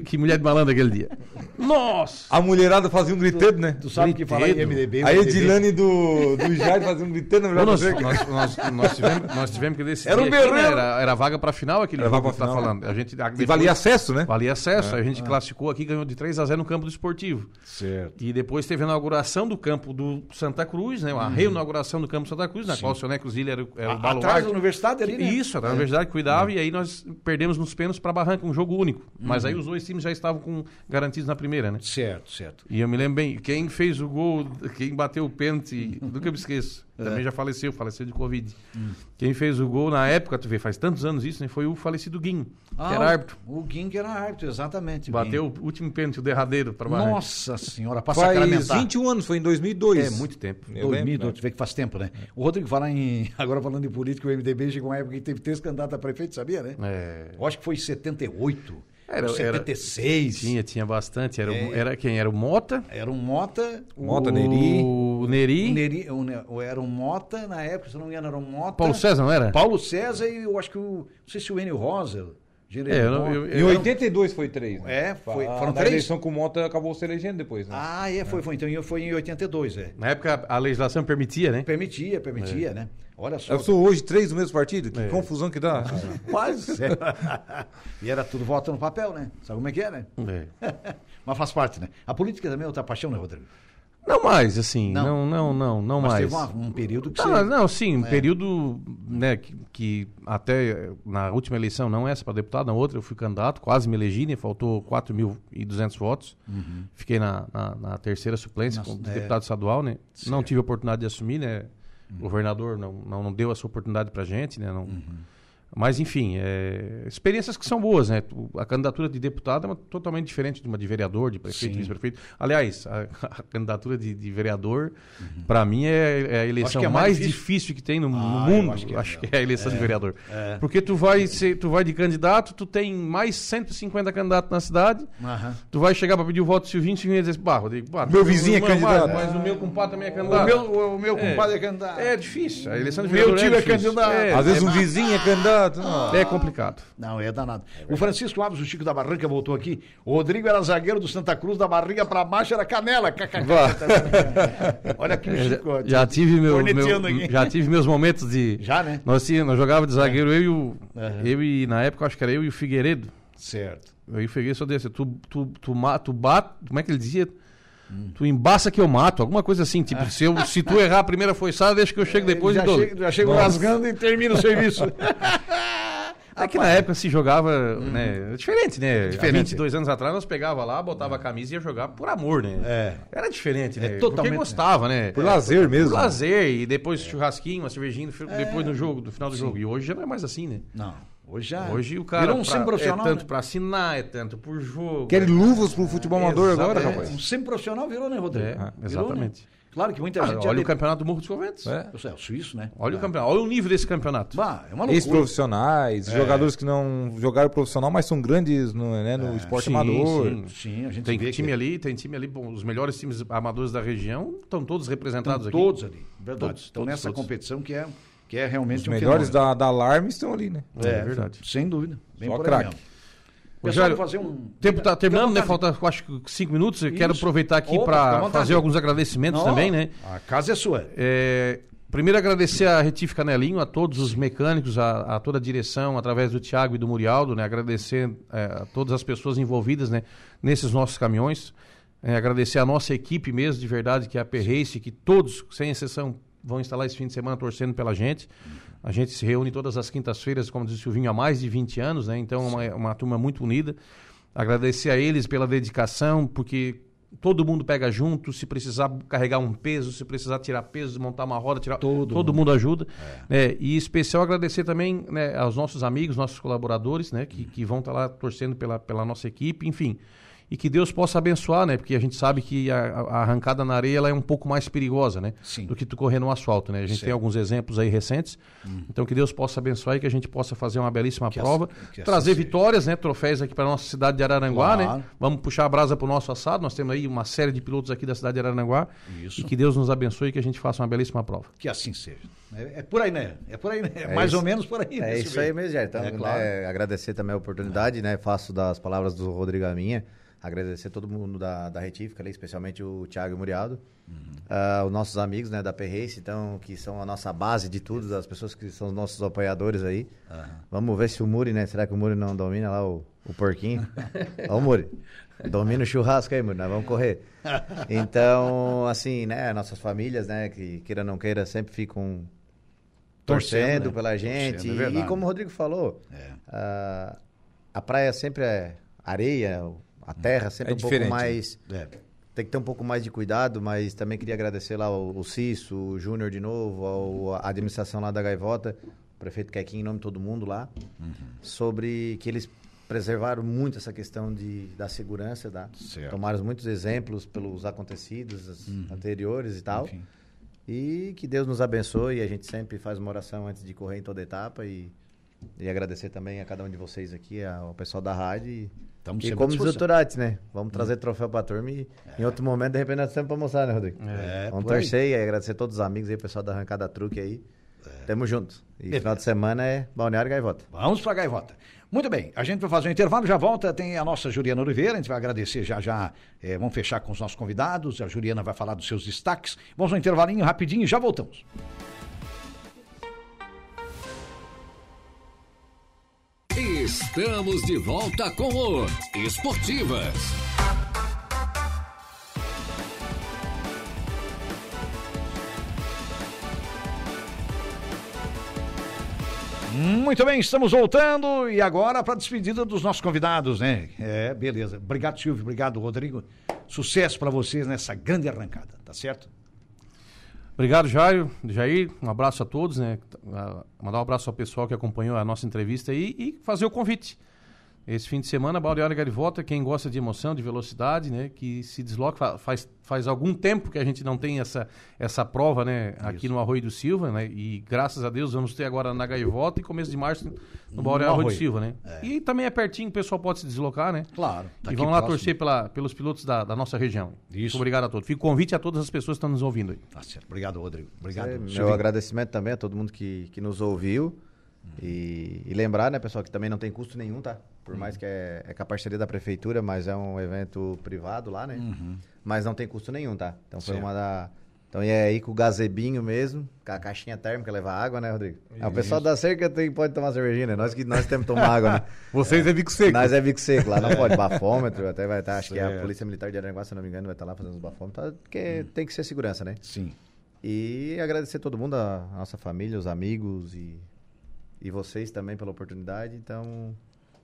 Speaker 5: que mulher de malandro aquele dia. Nossa!
Speaker 3: A mulherada fazia um gritando, né?
Speaker 2: Tu sabe que falar em
Speaker 5: Brinquedo.
Speaker 2: MDB.
Speaker 3: A
Speaker 2: MDB.
Speaker 3: Edilane do, do Jair fazia um gritando na verdade.
Speaker 5: nós, nós- nós- nós tivemos, nós tivemos que decidir.
Speaker 3: Era um
Speaker 5: aqui, né?
Speaker 3: berreiro.
Speaker 5: Era, era vaga pra final aquele
Speaker 3: Era
Speaker 5: jogo
Speaker 3: vaga
Speaker 5: que
Speaker 3: pra
Speaker 5: tá
Speaker 3: final.
Speaker 5: falando. A gente, a-
Speaker 3: E valia acesso, né?
Speaker 5: Valia acesso. a gente classificou aqui, ganhou de 3 a 0 no campo do esportivo.
Speaker 2: Certo.
Speaker 5: E depois teve a inauguração do campo do Santa Cruz, né? A reinauguração do campo Santa Cruz, na qual o seu Neco Zilli era, o- era o
Speaker 2: Uhum. A-
Speaker 5: baluarte.
Speaker 2: Atrás da universidade ali, né? É.
Speaker 5: Isso, era na verdade cuidava e aí nós perdemos nos pênaltis para Barranca, um jogo único. Mas
Speaker 2: Uhum.
Speaker 5: aí os dois times já estavam com garantidos na primeira, né?
Speaker 2: Certo, certo.
Speaker 5: E eu me lembro bem, quem fez o gol, quem bateu o pênalti, nunca me esqueço.
Speaker 2: É.
Speaker 5: Também já faleceu, faleceu de Covid.
Speaker 2: Hum.
Speaker 5: Quem fez o gol na época, tu vê, faz tantos anos isso, né? Foi o falecido Guinho, que era
Speaker 2: Ah, o-
Speaker 5: árbitro.
Speaker 2: O Ging era árbitro, exatamente. o
Speaker 5: Bateu
Speaker 2: Ging.
Speaker 5: o último pênalti, o derradeiro para Barranca.
Speaker 2: Nossa senhora, pra
Speaker 3: Faz
Speaker 2: sacramentar.
Speaker 3: 21 anos, foi em 2002.
Speaker 5: É muito tempo.
Speaker 3: Eu lembro,
Speaker 2: 2000,
Speaker 3: né?
Speaker 2: tu vê que faz tempo, né? O Rodrigo falar em. Agora falando em política, o MDB chegou uma época que teve três candidatos a prefeito, sabia, né?
Speaker 5: É.
Speaker 2: Eu acho que foi em 78,
Speaker 5: Era- era-
Speaker 2: 76.
Speaker 5: Tinha, tinha bastante. Era, o- era quem? Era o Mota,
Speaker 2: Era um É. Mota.
Speaker 3: Mota,
Speaker 5: o
Speaker 3: Neri.
Speaker 5: o Neri,
Speaker 2: o Neri- o Ne- o- era um Mota, na época, se não me engano, era um Mota.
Speaker 5: Paulo César, não era?
Speaker 2: Paulo César e eu acho que o. Não sei se o Enio Rosa. Jeremias
Speaker 5: É, eu não-
Speaker 2: Mota.
Speaker 5: eu-
Speaker 3: Em 82 foi três.
Speaker 2: É, foi-
Speaker 3: Ah,
Speaker 2: foram
Speaker 3: na
Speaker 2: três?
Speaker 3: eleição com o Mota acabou se elegendo depois, né?
Speaker 2: Ah, é, foi, foi. Então eu- foi em 82, é.
Speaker 5: Na época a legislação permitia, né?
Speaker 2: Permitia, permitia, né? Olha só.
Speaker 5: É
Speaker 3: Eu sou hoje três do mesmo partido? Que confusão que dá.
Speaker 2: Quase.
Speaker 5: É.
Speaker 2: e era tudo voto no papel, né? Sabe como é que é, né?
Speaker 5: É.
Speaker 2: Mas faz parte, né? A política também é outra paixão, né, Rodrigo?
Speaker 5: Não mais, assim. Não,
Speaker 2: Não.
Speaker 5: não, não, não
Speaker 2: Mas
Speaker 5: mais.
Speaker 2: teve uma- um período que
Speaker 5: Não,
Speaker 2: você... É.
Speaker 5: não, sim, um período né, que, que até eh, na última eleição, não essa para deputado, na outra eu fui candidato, quase me elegi, né, faltou 4.200 votos.
Speaker 2: Uhum.
Speaker 5: Fiquei na, na, na terceira suplência como
Speaker 2: é.
Speaker 5: deputado estadual, né? Não tive a oportunidade de assumir, né?
Speaker 2: Uhum.
Speaker 5: O governador não, não, não deu essa oportunidade para gente, né? Não, Mas, enfim, eh, experiências que são boas, né? Tu- A candidatura de deputado é uma- totalmente diferente de uma de vereador, de prefeito,
Speaker 2: Sim.
Speaker 5: vice-prefeito. Aliás, a, a candidatura de, de vereador, para mim, é, é a
Speaker 2: Uhum. Acho
Speaker 5: eleição
Speaker 2: que é a mais
Speaker 5: mais
Speaker 2: difícil.
Speaker 5: difícil difícil que tem no, no
Speaker 2: Ah, eu
Speaker 5: mundo,
Speaker 2: acho
Speaker 5: acho
Speaker 2: que
Speaker 5: que,
Speaker 2: é, né?
Speaker 5: é a eleição de vereador. Porque tu vai, ser, tu vai de candidato, tu tem mais 150 candidatos na cidade,
Speaker 2: Aham.
Speaker 5: tu vai chegar para pedir o voto do Silvinho, o Silvinho vai dizer, bah, Rodrigo, bah,
Speaker 3: Meu vizinho é
Speaker 5: mas-
Speaker 3: candidato."
Speaker 5: Mas, o meu compadre também é
Speaker 2: O
Speaker 5: candidato.
Speaker 2: meu, o meu
Speaker 5: É.
Speaker 2: compadre é candidato.
Speaker 5: É difícil, a eleição de
Speaker 2: Meu
Speaker 5: vereador
Speaker 2: tio é
Speaker 5: difícil.
Speaker 2: candidato.
Speaker 5: É,
Speaker 3: Às vezes um vizinho é candidato. não.
Speaker 5: é complicado.
Speaker 2: Não, é danado. o Francisco Alves, o Chico da Barranca, voltou aqui. O Rodrigo era zagueiro do Santa Cruz, da barriga pra baixo era canela. Olha aqui o Chico. ó.
Speaker 5: Já tive, meu,
Speaker 2: Corneteando
Speaker 5: meu-
Speaker 2: aqui.
Speaker 5: já tive meus momentos de.
Speaker 2: Já, né?
Speaker 5: Nós, tinha- nós jogava de zagueiro, eu e o. Eu e, na época, acho que era eu e o Figueiredo.
Speaker 2: Certo.
Speaker 5: Eu peguei só desse. Tu, tu, tu, ma- tu bate. Como é que ele dizia?
Speaker 2: Hum.
Speaker 5: Tu embaça que eu mato. Alguma coisa assim. Tipo, se, eu, se tu errar a primeira forçada, deixa que eu chego depois
Speaker 2: É, já,
Speaker 5: e dou.
Speaker 2: chega, já chega rasgando e termina o serviço.
Speaker 5: É que na época se jogava, né? é Diferente, né?
Speaker 2: Uhum. Diferente.
Speaker 5: Há 22 anos atrás nós pegava lá, botava a camisa e ia jogar por amor, né?
Speaker 2: É.
Speaker 5: Era diferente, né?
Speaker 2: totalmente,
Speaker 5: Porque gostava, né?
Speaker 3: Por lazer mesmo.
Speaker 5: Por lazer, e depois churrasquinho, uma cervejinha,
Speaker 2: É.
Speaker 5: depois no jogo, do final do jogo. E hoje já não é mais assim, né?
Speaker 2: Não, hoje já.
Speaker 5: Hoje o cara
Speaker 2: Virou um
Speaker 5: pra- é
Speaker 2: semi-profissional.
Speaker 5: tanto
Speaker 2: né?
Speaker 5: pra assinar, é tanto por jogo. é.
Speaker 3: Querem luvas pro futebol amador agora,
Speaker 5: Exatamente.
Speaker 2: Um
Speaker 3: rapaz?
Speaker 2: semi-profissional virou, né, Rodrigo?
Speaker 5: Tá, É,
Speaker 2: Virou, né?
Speaker 5: exatamente. Ah,
Speaker 2: Claro que muita gente. já
Speaker 5: Olha o
Speaker 2: deve-
Speaker 5: campeonato do Morro dos Conventos.
Speaker 3: É.
Speaker 2: Eu sei, é o suíço, né?
Speaker 5: Olha o campeonato. Olha o nível desse campeonato.
Speaker 2: Bah, é uma loucura.
Speaker 3: Ex-profissionais, jogadores que não jogaram profissional, mas são grandes no, né, no esporte amador.
Speaker 5: sim.
Speaker 2: Sim, a gente
Speaker 5: Tem
Speaker 2: vê
Speaker 5: time
Speaker 2: que- é
Speaker 5: ali, tem time ali, bom, os melhores times amadores da região estão todos representados aqui.
Speaker 2: Todos ali. Verdade.
Speaker 5: Todos,
Speaker 2: Estão
Speaker 5: todos,
Speaker 2: nessa
Speaker 5: todos.
Speaker 2: competição que é, que é realmente
Speaker 3: Os
Speaker 2: um
Speaker 3: melhores
Speaker 2: fenômeno.
Speaker 3: da, da Alarme estão ali, né?
Speaker 5: É, verdade.
Speaker 2: Sem dúvida. Bem
Speaker 3: Só
Speaker 2: por aí
Speaker 3: craque.
Speaker 2: mesmo. Pessoal,
Speaker 5: Rogério,
Speaker 2: vou fazer um.
Speaker 5: O tempo está terminando, né?
Speaker 2: Fica à vontade.
Speaker 5: Falta, acho que cinco minutos. Eu quero
Speaker 2: Isso.
Speaker 5: aproveitar aqui
Speaker 2: Opa, fica à
Speaker 5: para
Speaker 2: vontade.
Speaker 5: fazer alguns agradecimentos
Speaker 2: Não,
Speaker 5: também, né?
Speaker 2: A casa é sua.
Speaker 5: É, primeiro agradecer a Retífica Nelinho, a todos os mecânicos, a, a toda a direção, através do Tiago e do Murialdo, né? Agradecer é, a todas as pessoas envolvidas, né? Nesses nossos caminhões. É, agradecer a nossa equipe mesmo, de verdade, que é a Perrace, que todos, sem exceção, vão instalar esse fim de semana torcendo pela gente. A gente se reúne todas as quintas-feiras, como diz o Silvinho, há mais de 20 anos, né? Então, é uma, uma turma muito unida. Agradecer a eles pela dedicação, porque todo mundo pega junto, se precisar carregar um peso, se precisar tirar peso, montar uma roda, tirar todo, mundo. ajuda.
Speaker 2: É.
Speaker 5: né? E especial agradecer também né, aos nossos amigos, nossos colaboradores, né, que, que vão estar lá torcendo pela, pela nossa equipe, enfim. E que Deus possa abençoar, né? Porque a gente sabe que a, a arrancada na areia ela é um pouco mais perigosa, né?
Speaker 2: Sim.
Speaker 5: Do que tu correr no asfalto, né? A gente tem alguns exemplos aí recentes. Então que Deus possa abençoar e que a gente possa fazer uma belíssima
Speaker 2: assim-
Speaker 5: prova,
Speaker 2: Hum. que assim
Speaker 5: trazer
Speaker 2: seja.
Speaker 5: vitórias, né? Troféus aqui para nossa cidade de Araranguá,
Speaker 2: Claro.
Speaker 5: né? Vamos puxar a brasa pro nosso assado. Nós temos aí uma série de pilotos aqui da cidade de Aranaguá.
Speaker 2: Isso.
Speaker 5: E que Deus nos abençoe e que a gente faça uma belíssima prova.
Speaker 2: Que assim seja. É, é por aí, né? É por aí, né? É mais ou menos por aí. né,
Speaker 4: É isso
Speaker 2: Silveira?
Speaker 4: aí mesmo, Jair. Então,
Speaker 2: É claro.
Speaker 4: né, agradecer também a oportunidade, né? Faço das palavras do Rodrigo a minha. Agradecer todo mundo da, da Retífica ali, especialmente o Thiago e o Muriado.
Speaker 2: Uhum.
Speaker 4: Ah, os nossos amigos, né, da Perrace, então, que são a nossa base de tudo, as pessoas que são os nossos apoiadores aí. Vamos ver se o Muri, né? Será que o Muri não domina lá o, o porquinho? Ó, o Muri. Domina o churrasco aí, Muri, nós vamos correr. Então, assim, né, nossas famílias, né, que queira ou não queira, sempre ficam torcendo,
Speaker 2: Torcendo, né?
Speaker 4: pela gente.
Speaker 2: Torcendo, é
Speaker 4: E- e
Speaker 2: verdade.
Speaker 4: como o Rodrigo falou,
Speaker 2: É,
Speaker 4: ah, a praia sempre é areia, a terra sempre
Speaker 3: É
Speaker 4: é um pouco
Speaker 3: diferente,
Speaker 4: mais.
Speaker 2: É.
Speaker 4: Tem que ter um pouco mais de cuidado, mas também queria agradecer lá o, o Cício, o Júnior de novo, ao- a administração lá da Gaivota, o prefeito Quequim, em nome de todo mundo lá,
Speaker 2: Uhum.
Speaker 4: sobre que eles preservaram muito essa questão de, da segurança, da,
Speaker 2: Certo. Uhum.
Speaker 4: tomaram muitos exemplos pelos acontecidos as- anteriores e tal.
Speaker 2: Enfim.
Speaker 4: E que Deus nos abençoe. A gente sempre faz uma oração antes de correr em toda etapa e, e agradecer também a cada um de vocês aqui, a- ao pessoal da rádio. E,
Speaker 2: Tamo
Speaker 4: e
Speaker 2: sempre à
Speaker 4: como diz o
Speaker 2: disposição. Hum.
Speaker 4: Turati, né? Vamos trazer troféu pra turma e em outro momento, de repente, nós temos pra mostrar, né, Rodrigo?
Speaker 2: É,
Speaker 4: Vamos
Speaker 2: por aí.
Speaker 4: torcer e agradecer a todos os amigos aí, o pessoal da Arrancada Truque aí.
Speaker 2: É.
Speaker 4: Tamo junto. E final de semana é Balneário Gaivota.
Speaker 2: Vamos pra gaivota. Muito bem, a gente vai fazer um intervalo, já volta, tem a nossa Juliana Oliveira, a gente vai agradecer já já, eh, vamos fechar com os nossos convidados, a Juliana vai falar dos seus destaques. Vamos um intervalinho rapidinho e já voltamos.
Speaker 1: Estamos de volta com o Esportivas.
Speaker 2: Muito bem, estamos voltando e agora para a despedida dos nossos convidados, né? É, beleza. Obrigado, Silvio, obrigado, Rodrigo. Sucesso para vocês nessa grande arrancada, tá certo?
Speaker 5: Obrigado, Jair. Jair, um abraço a todos, né? Ah, Mandar um abraço ao pessoal que acompanhou a nossa entrevista aí e fazer o convite. Esse fim de semana, Balneário Garivota, quem gosta de emoção, de velocidade, né? Que se desloca, fa- faz, faz algum tempo que a gente não tem essa, essa prova, né? Aqui no Arroio do Silva, né? E graças a Deus vamos ter agora na Gaivota e começo de março no Balneário Arroio do
Speaker 2: Arroio.
Speaker 5: Silva, né? E também é pertinho, o pessoal pode se deslocar, né?
Speaker 2: Claro, tá
Speaker 5: e
Speaker 2: aqui
Speaker 5: vão lá
Speaker 2: próximo.
Speaker 5: torcer pela, pelos pilotos da, da nossa região.
Speaker 2: Isso.
Speaker 5: Muito obrigado a todos. Fico convite a todas as pessoas que estão nos ouvindo aí.
Speaker 2: Tá certo. Obrigado, Rodrigo. Obrigado.
Speaker 4: É,
Speaker 2: Silvio.
Speaker 4: Meu agradecimento também a todo mundo que, que nos ouviu. E, e lembrar, né, pessoal, que também não tem custo nenhum, tá? Por
Speaker 3: Uhum.
Speaker 4: mais que é, é com a parceria da prefeitura, mas é um evento privado lá, né?
Speaker 3: Uhum.
Speaker 4: Mas não tem custo nenhum, tá? Então foi
Speaker 2: Certo.
Speaker 4: uma da. Então é aí com o gazebinho mesmo, com a caixinha térmica, levar água, né, Rodrigo? Ah, o pessoal da cerca tem, pode tomar cervejinha, né? Nós que nós temos que tomar água, né?
Speaker 3: Vocês é bico seco.
Speaker 4: Nós é bico seco, lá não pode. Bafômetro, até vai estar. Acho que a Polícia Militar de Aranguá, se não me engano, vai estar lá fazendo os bafômetros. tá? Porque
Speaker 3: Hum.
Speaker 4: tem que ser segurança, né?
Speaker 2: Sim.
Speaker 4: E agradecer todo mundo, a a nossa família, os amigos e, e vocês também pela oportunidade. Então,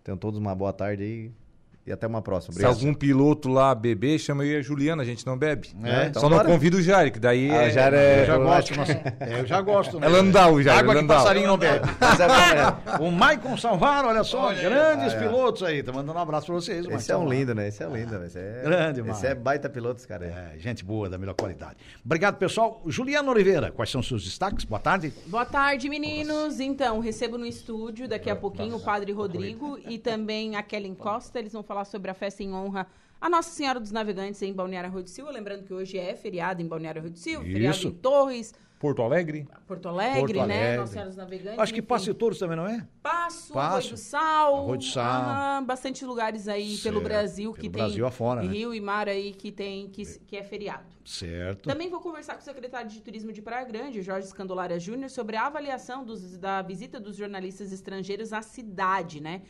Speaker 4: tenham todos uma boa tarde aí. E até uma próxima.
Speaker 3: Se algum piloto lá beber, chama eu e a Juliana, a gente não bebe.
Speaker 2: É,
Speaker 3: Só
Speaker 4: então
Speaker 3: não
Speaker 4: bora.
Speaker 3: convida o Jair, que daí
Speaker 4: Ah,
Speaker 3: é...
Speaker 4: já é,
Speaker 2: Eu já gosto, mas- é, eu já gosto, né?
Speaker 3: É Landau, já,
Speaker 2: Água que
Speaker 3: Landau.
Speaker 2: passarinho não bebe.
Speaker 4: Mas é bom, né?
Speaker 2: O Maicon Salvaro, olha só, grandes pilotos aí. Tá mandando um abraço pra vocês. Maicon
Speaker 4: Esse é um
Speaker 2: Salvaro.
Speaker 4: lindo, né? Esse é um lindo. Esse é,
Speaker 2: Grande,
Speaker 4: Esse
Speaker 2: mano.
Speaker 4: é baita piloto, esse cara. aí.
Speaker 2: É, gente boa, da melhor qualidade. Obrigado, pessoal. Juliano Oliveira, quais são os seus destaques? Boa tarde.
Speaker 7: Boa tarde, meninos. Então, recebo no estúdio daqui a pouquinho o Padre Rodrigo e também a Kellen Costa. Eles vão falar sobre a festa em honra à Nossa Senhora dos Navegantes em Balneário Arroio do Silva. Lembrando que hoje é feriado em Balneário Arroio do Silva,
Speaker 2: Isso.
Speaker 7: feriado em Torres,
Speaker 3: Porto Alegre?
Speaker 7: Porto Alegre,
Speaker 2: Porto
Speaker 7: né?
Speaker 2: Alegre.
Speaker 7: Nossa Senhora dos Navegantes.
Speaker 2: Acho que
Speaker 7: enfim.
Speaker 2: Passo e Touros também, não é?
Speaker 7: Passo,
Speaker 2: Passo.
Speaker 7: Arroio do Sal.
Speaker 2: Arroio do Sal.
Speaker 7: Aham, bastante lugares aí pelo
Speaker 2: Certo.
Speaker 7: Brasil que
Speaker 2: Pelo
Speaker 7: tem
Speaker 2: Brasil afora, né?
Speaker 7: rio e mar aí que tem que, que é feriado.
Speaker 2: Certo.
Speaker 7: Também vou conversar com o secretário de Turismo de Praia Grande, Jorge Escandolária Júnior, sobre a avaliação dos- da visita dos jornalistas estrangeiros à cidade, né?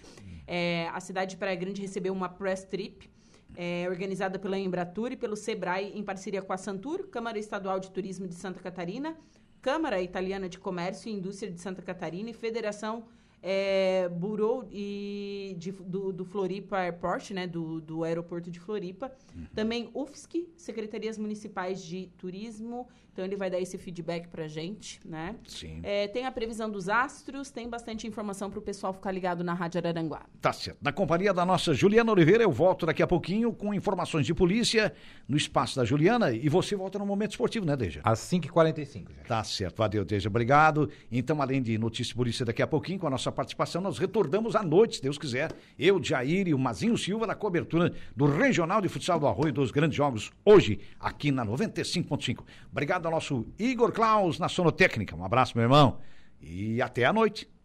Speaker 7: É, a cidade de Praia Grande recebeu uma press trip é, organizada pela Embratur e pelo Sebrae em parceria com a Santur, Câmara Estadual de Turismo de Santa Catarina, Câmara Italiana de Comércio e Indústria de Santa Catarina e Federação é, Bureau e de- do, do Floripa Airport, né, do, do aeroporto de Floripa. Também UFSC, Secretarias Municipais de Turismo. Então ele vai dar esse feedback pra gente, né?
Speaker 2: Sim.
Speaker 7: É, tem a previsão dos astros, tem bastante informação pro pessoal ficar ligado na Rádio Araranguá.
Speaker 2: Tá certo. Na companhia da nossa Juliana Oliveira, eu volto daqui a pouquinho com informações de polícia no espaço da Juliana e você volta no momento esportivo, né, Deja?
Speaker 3: Às 5h45, já.
Speaker 2: Tá certo, valeu, Deja, obrigado. Então, além de notícia e polícia daqui a pouquinho, com a nossa participação, nós retornamos à noite, se Deus quiser. Eu, Jair e o Mazinho Silva, na cobertura do Regional de Futsal do Arroio dos Grandes Jogos, hoje, aqui na 95.5. Obrigado ao nosso Igor Klaus, na Sonotécnica. Um abraço, meu irmão, e até a noite.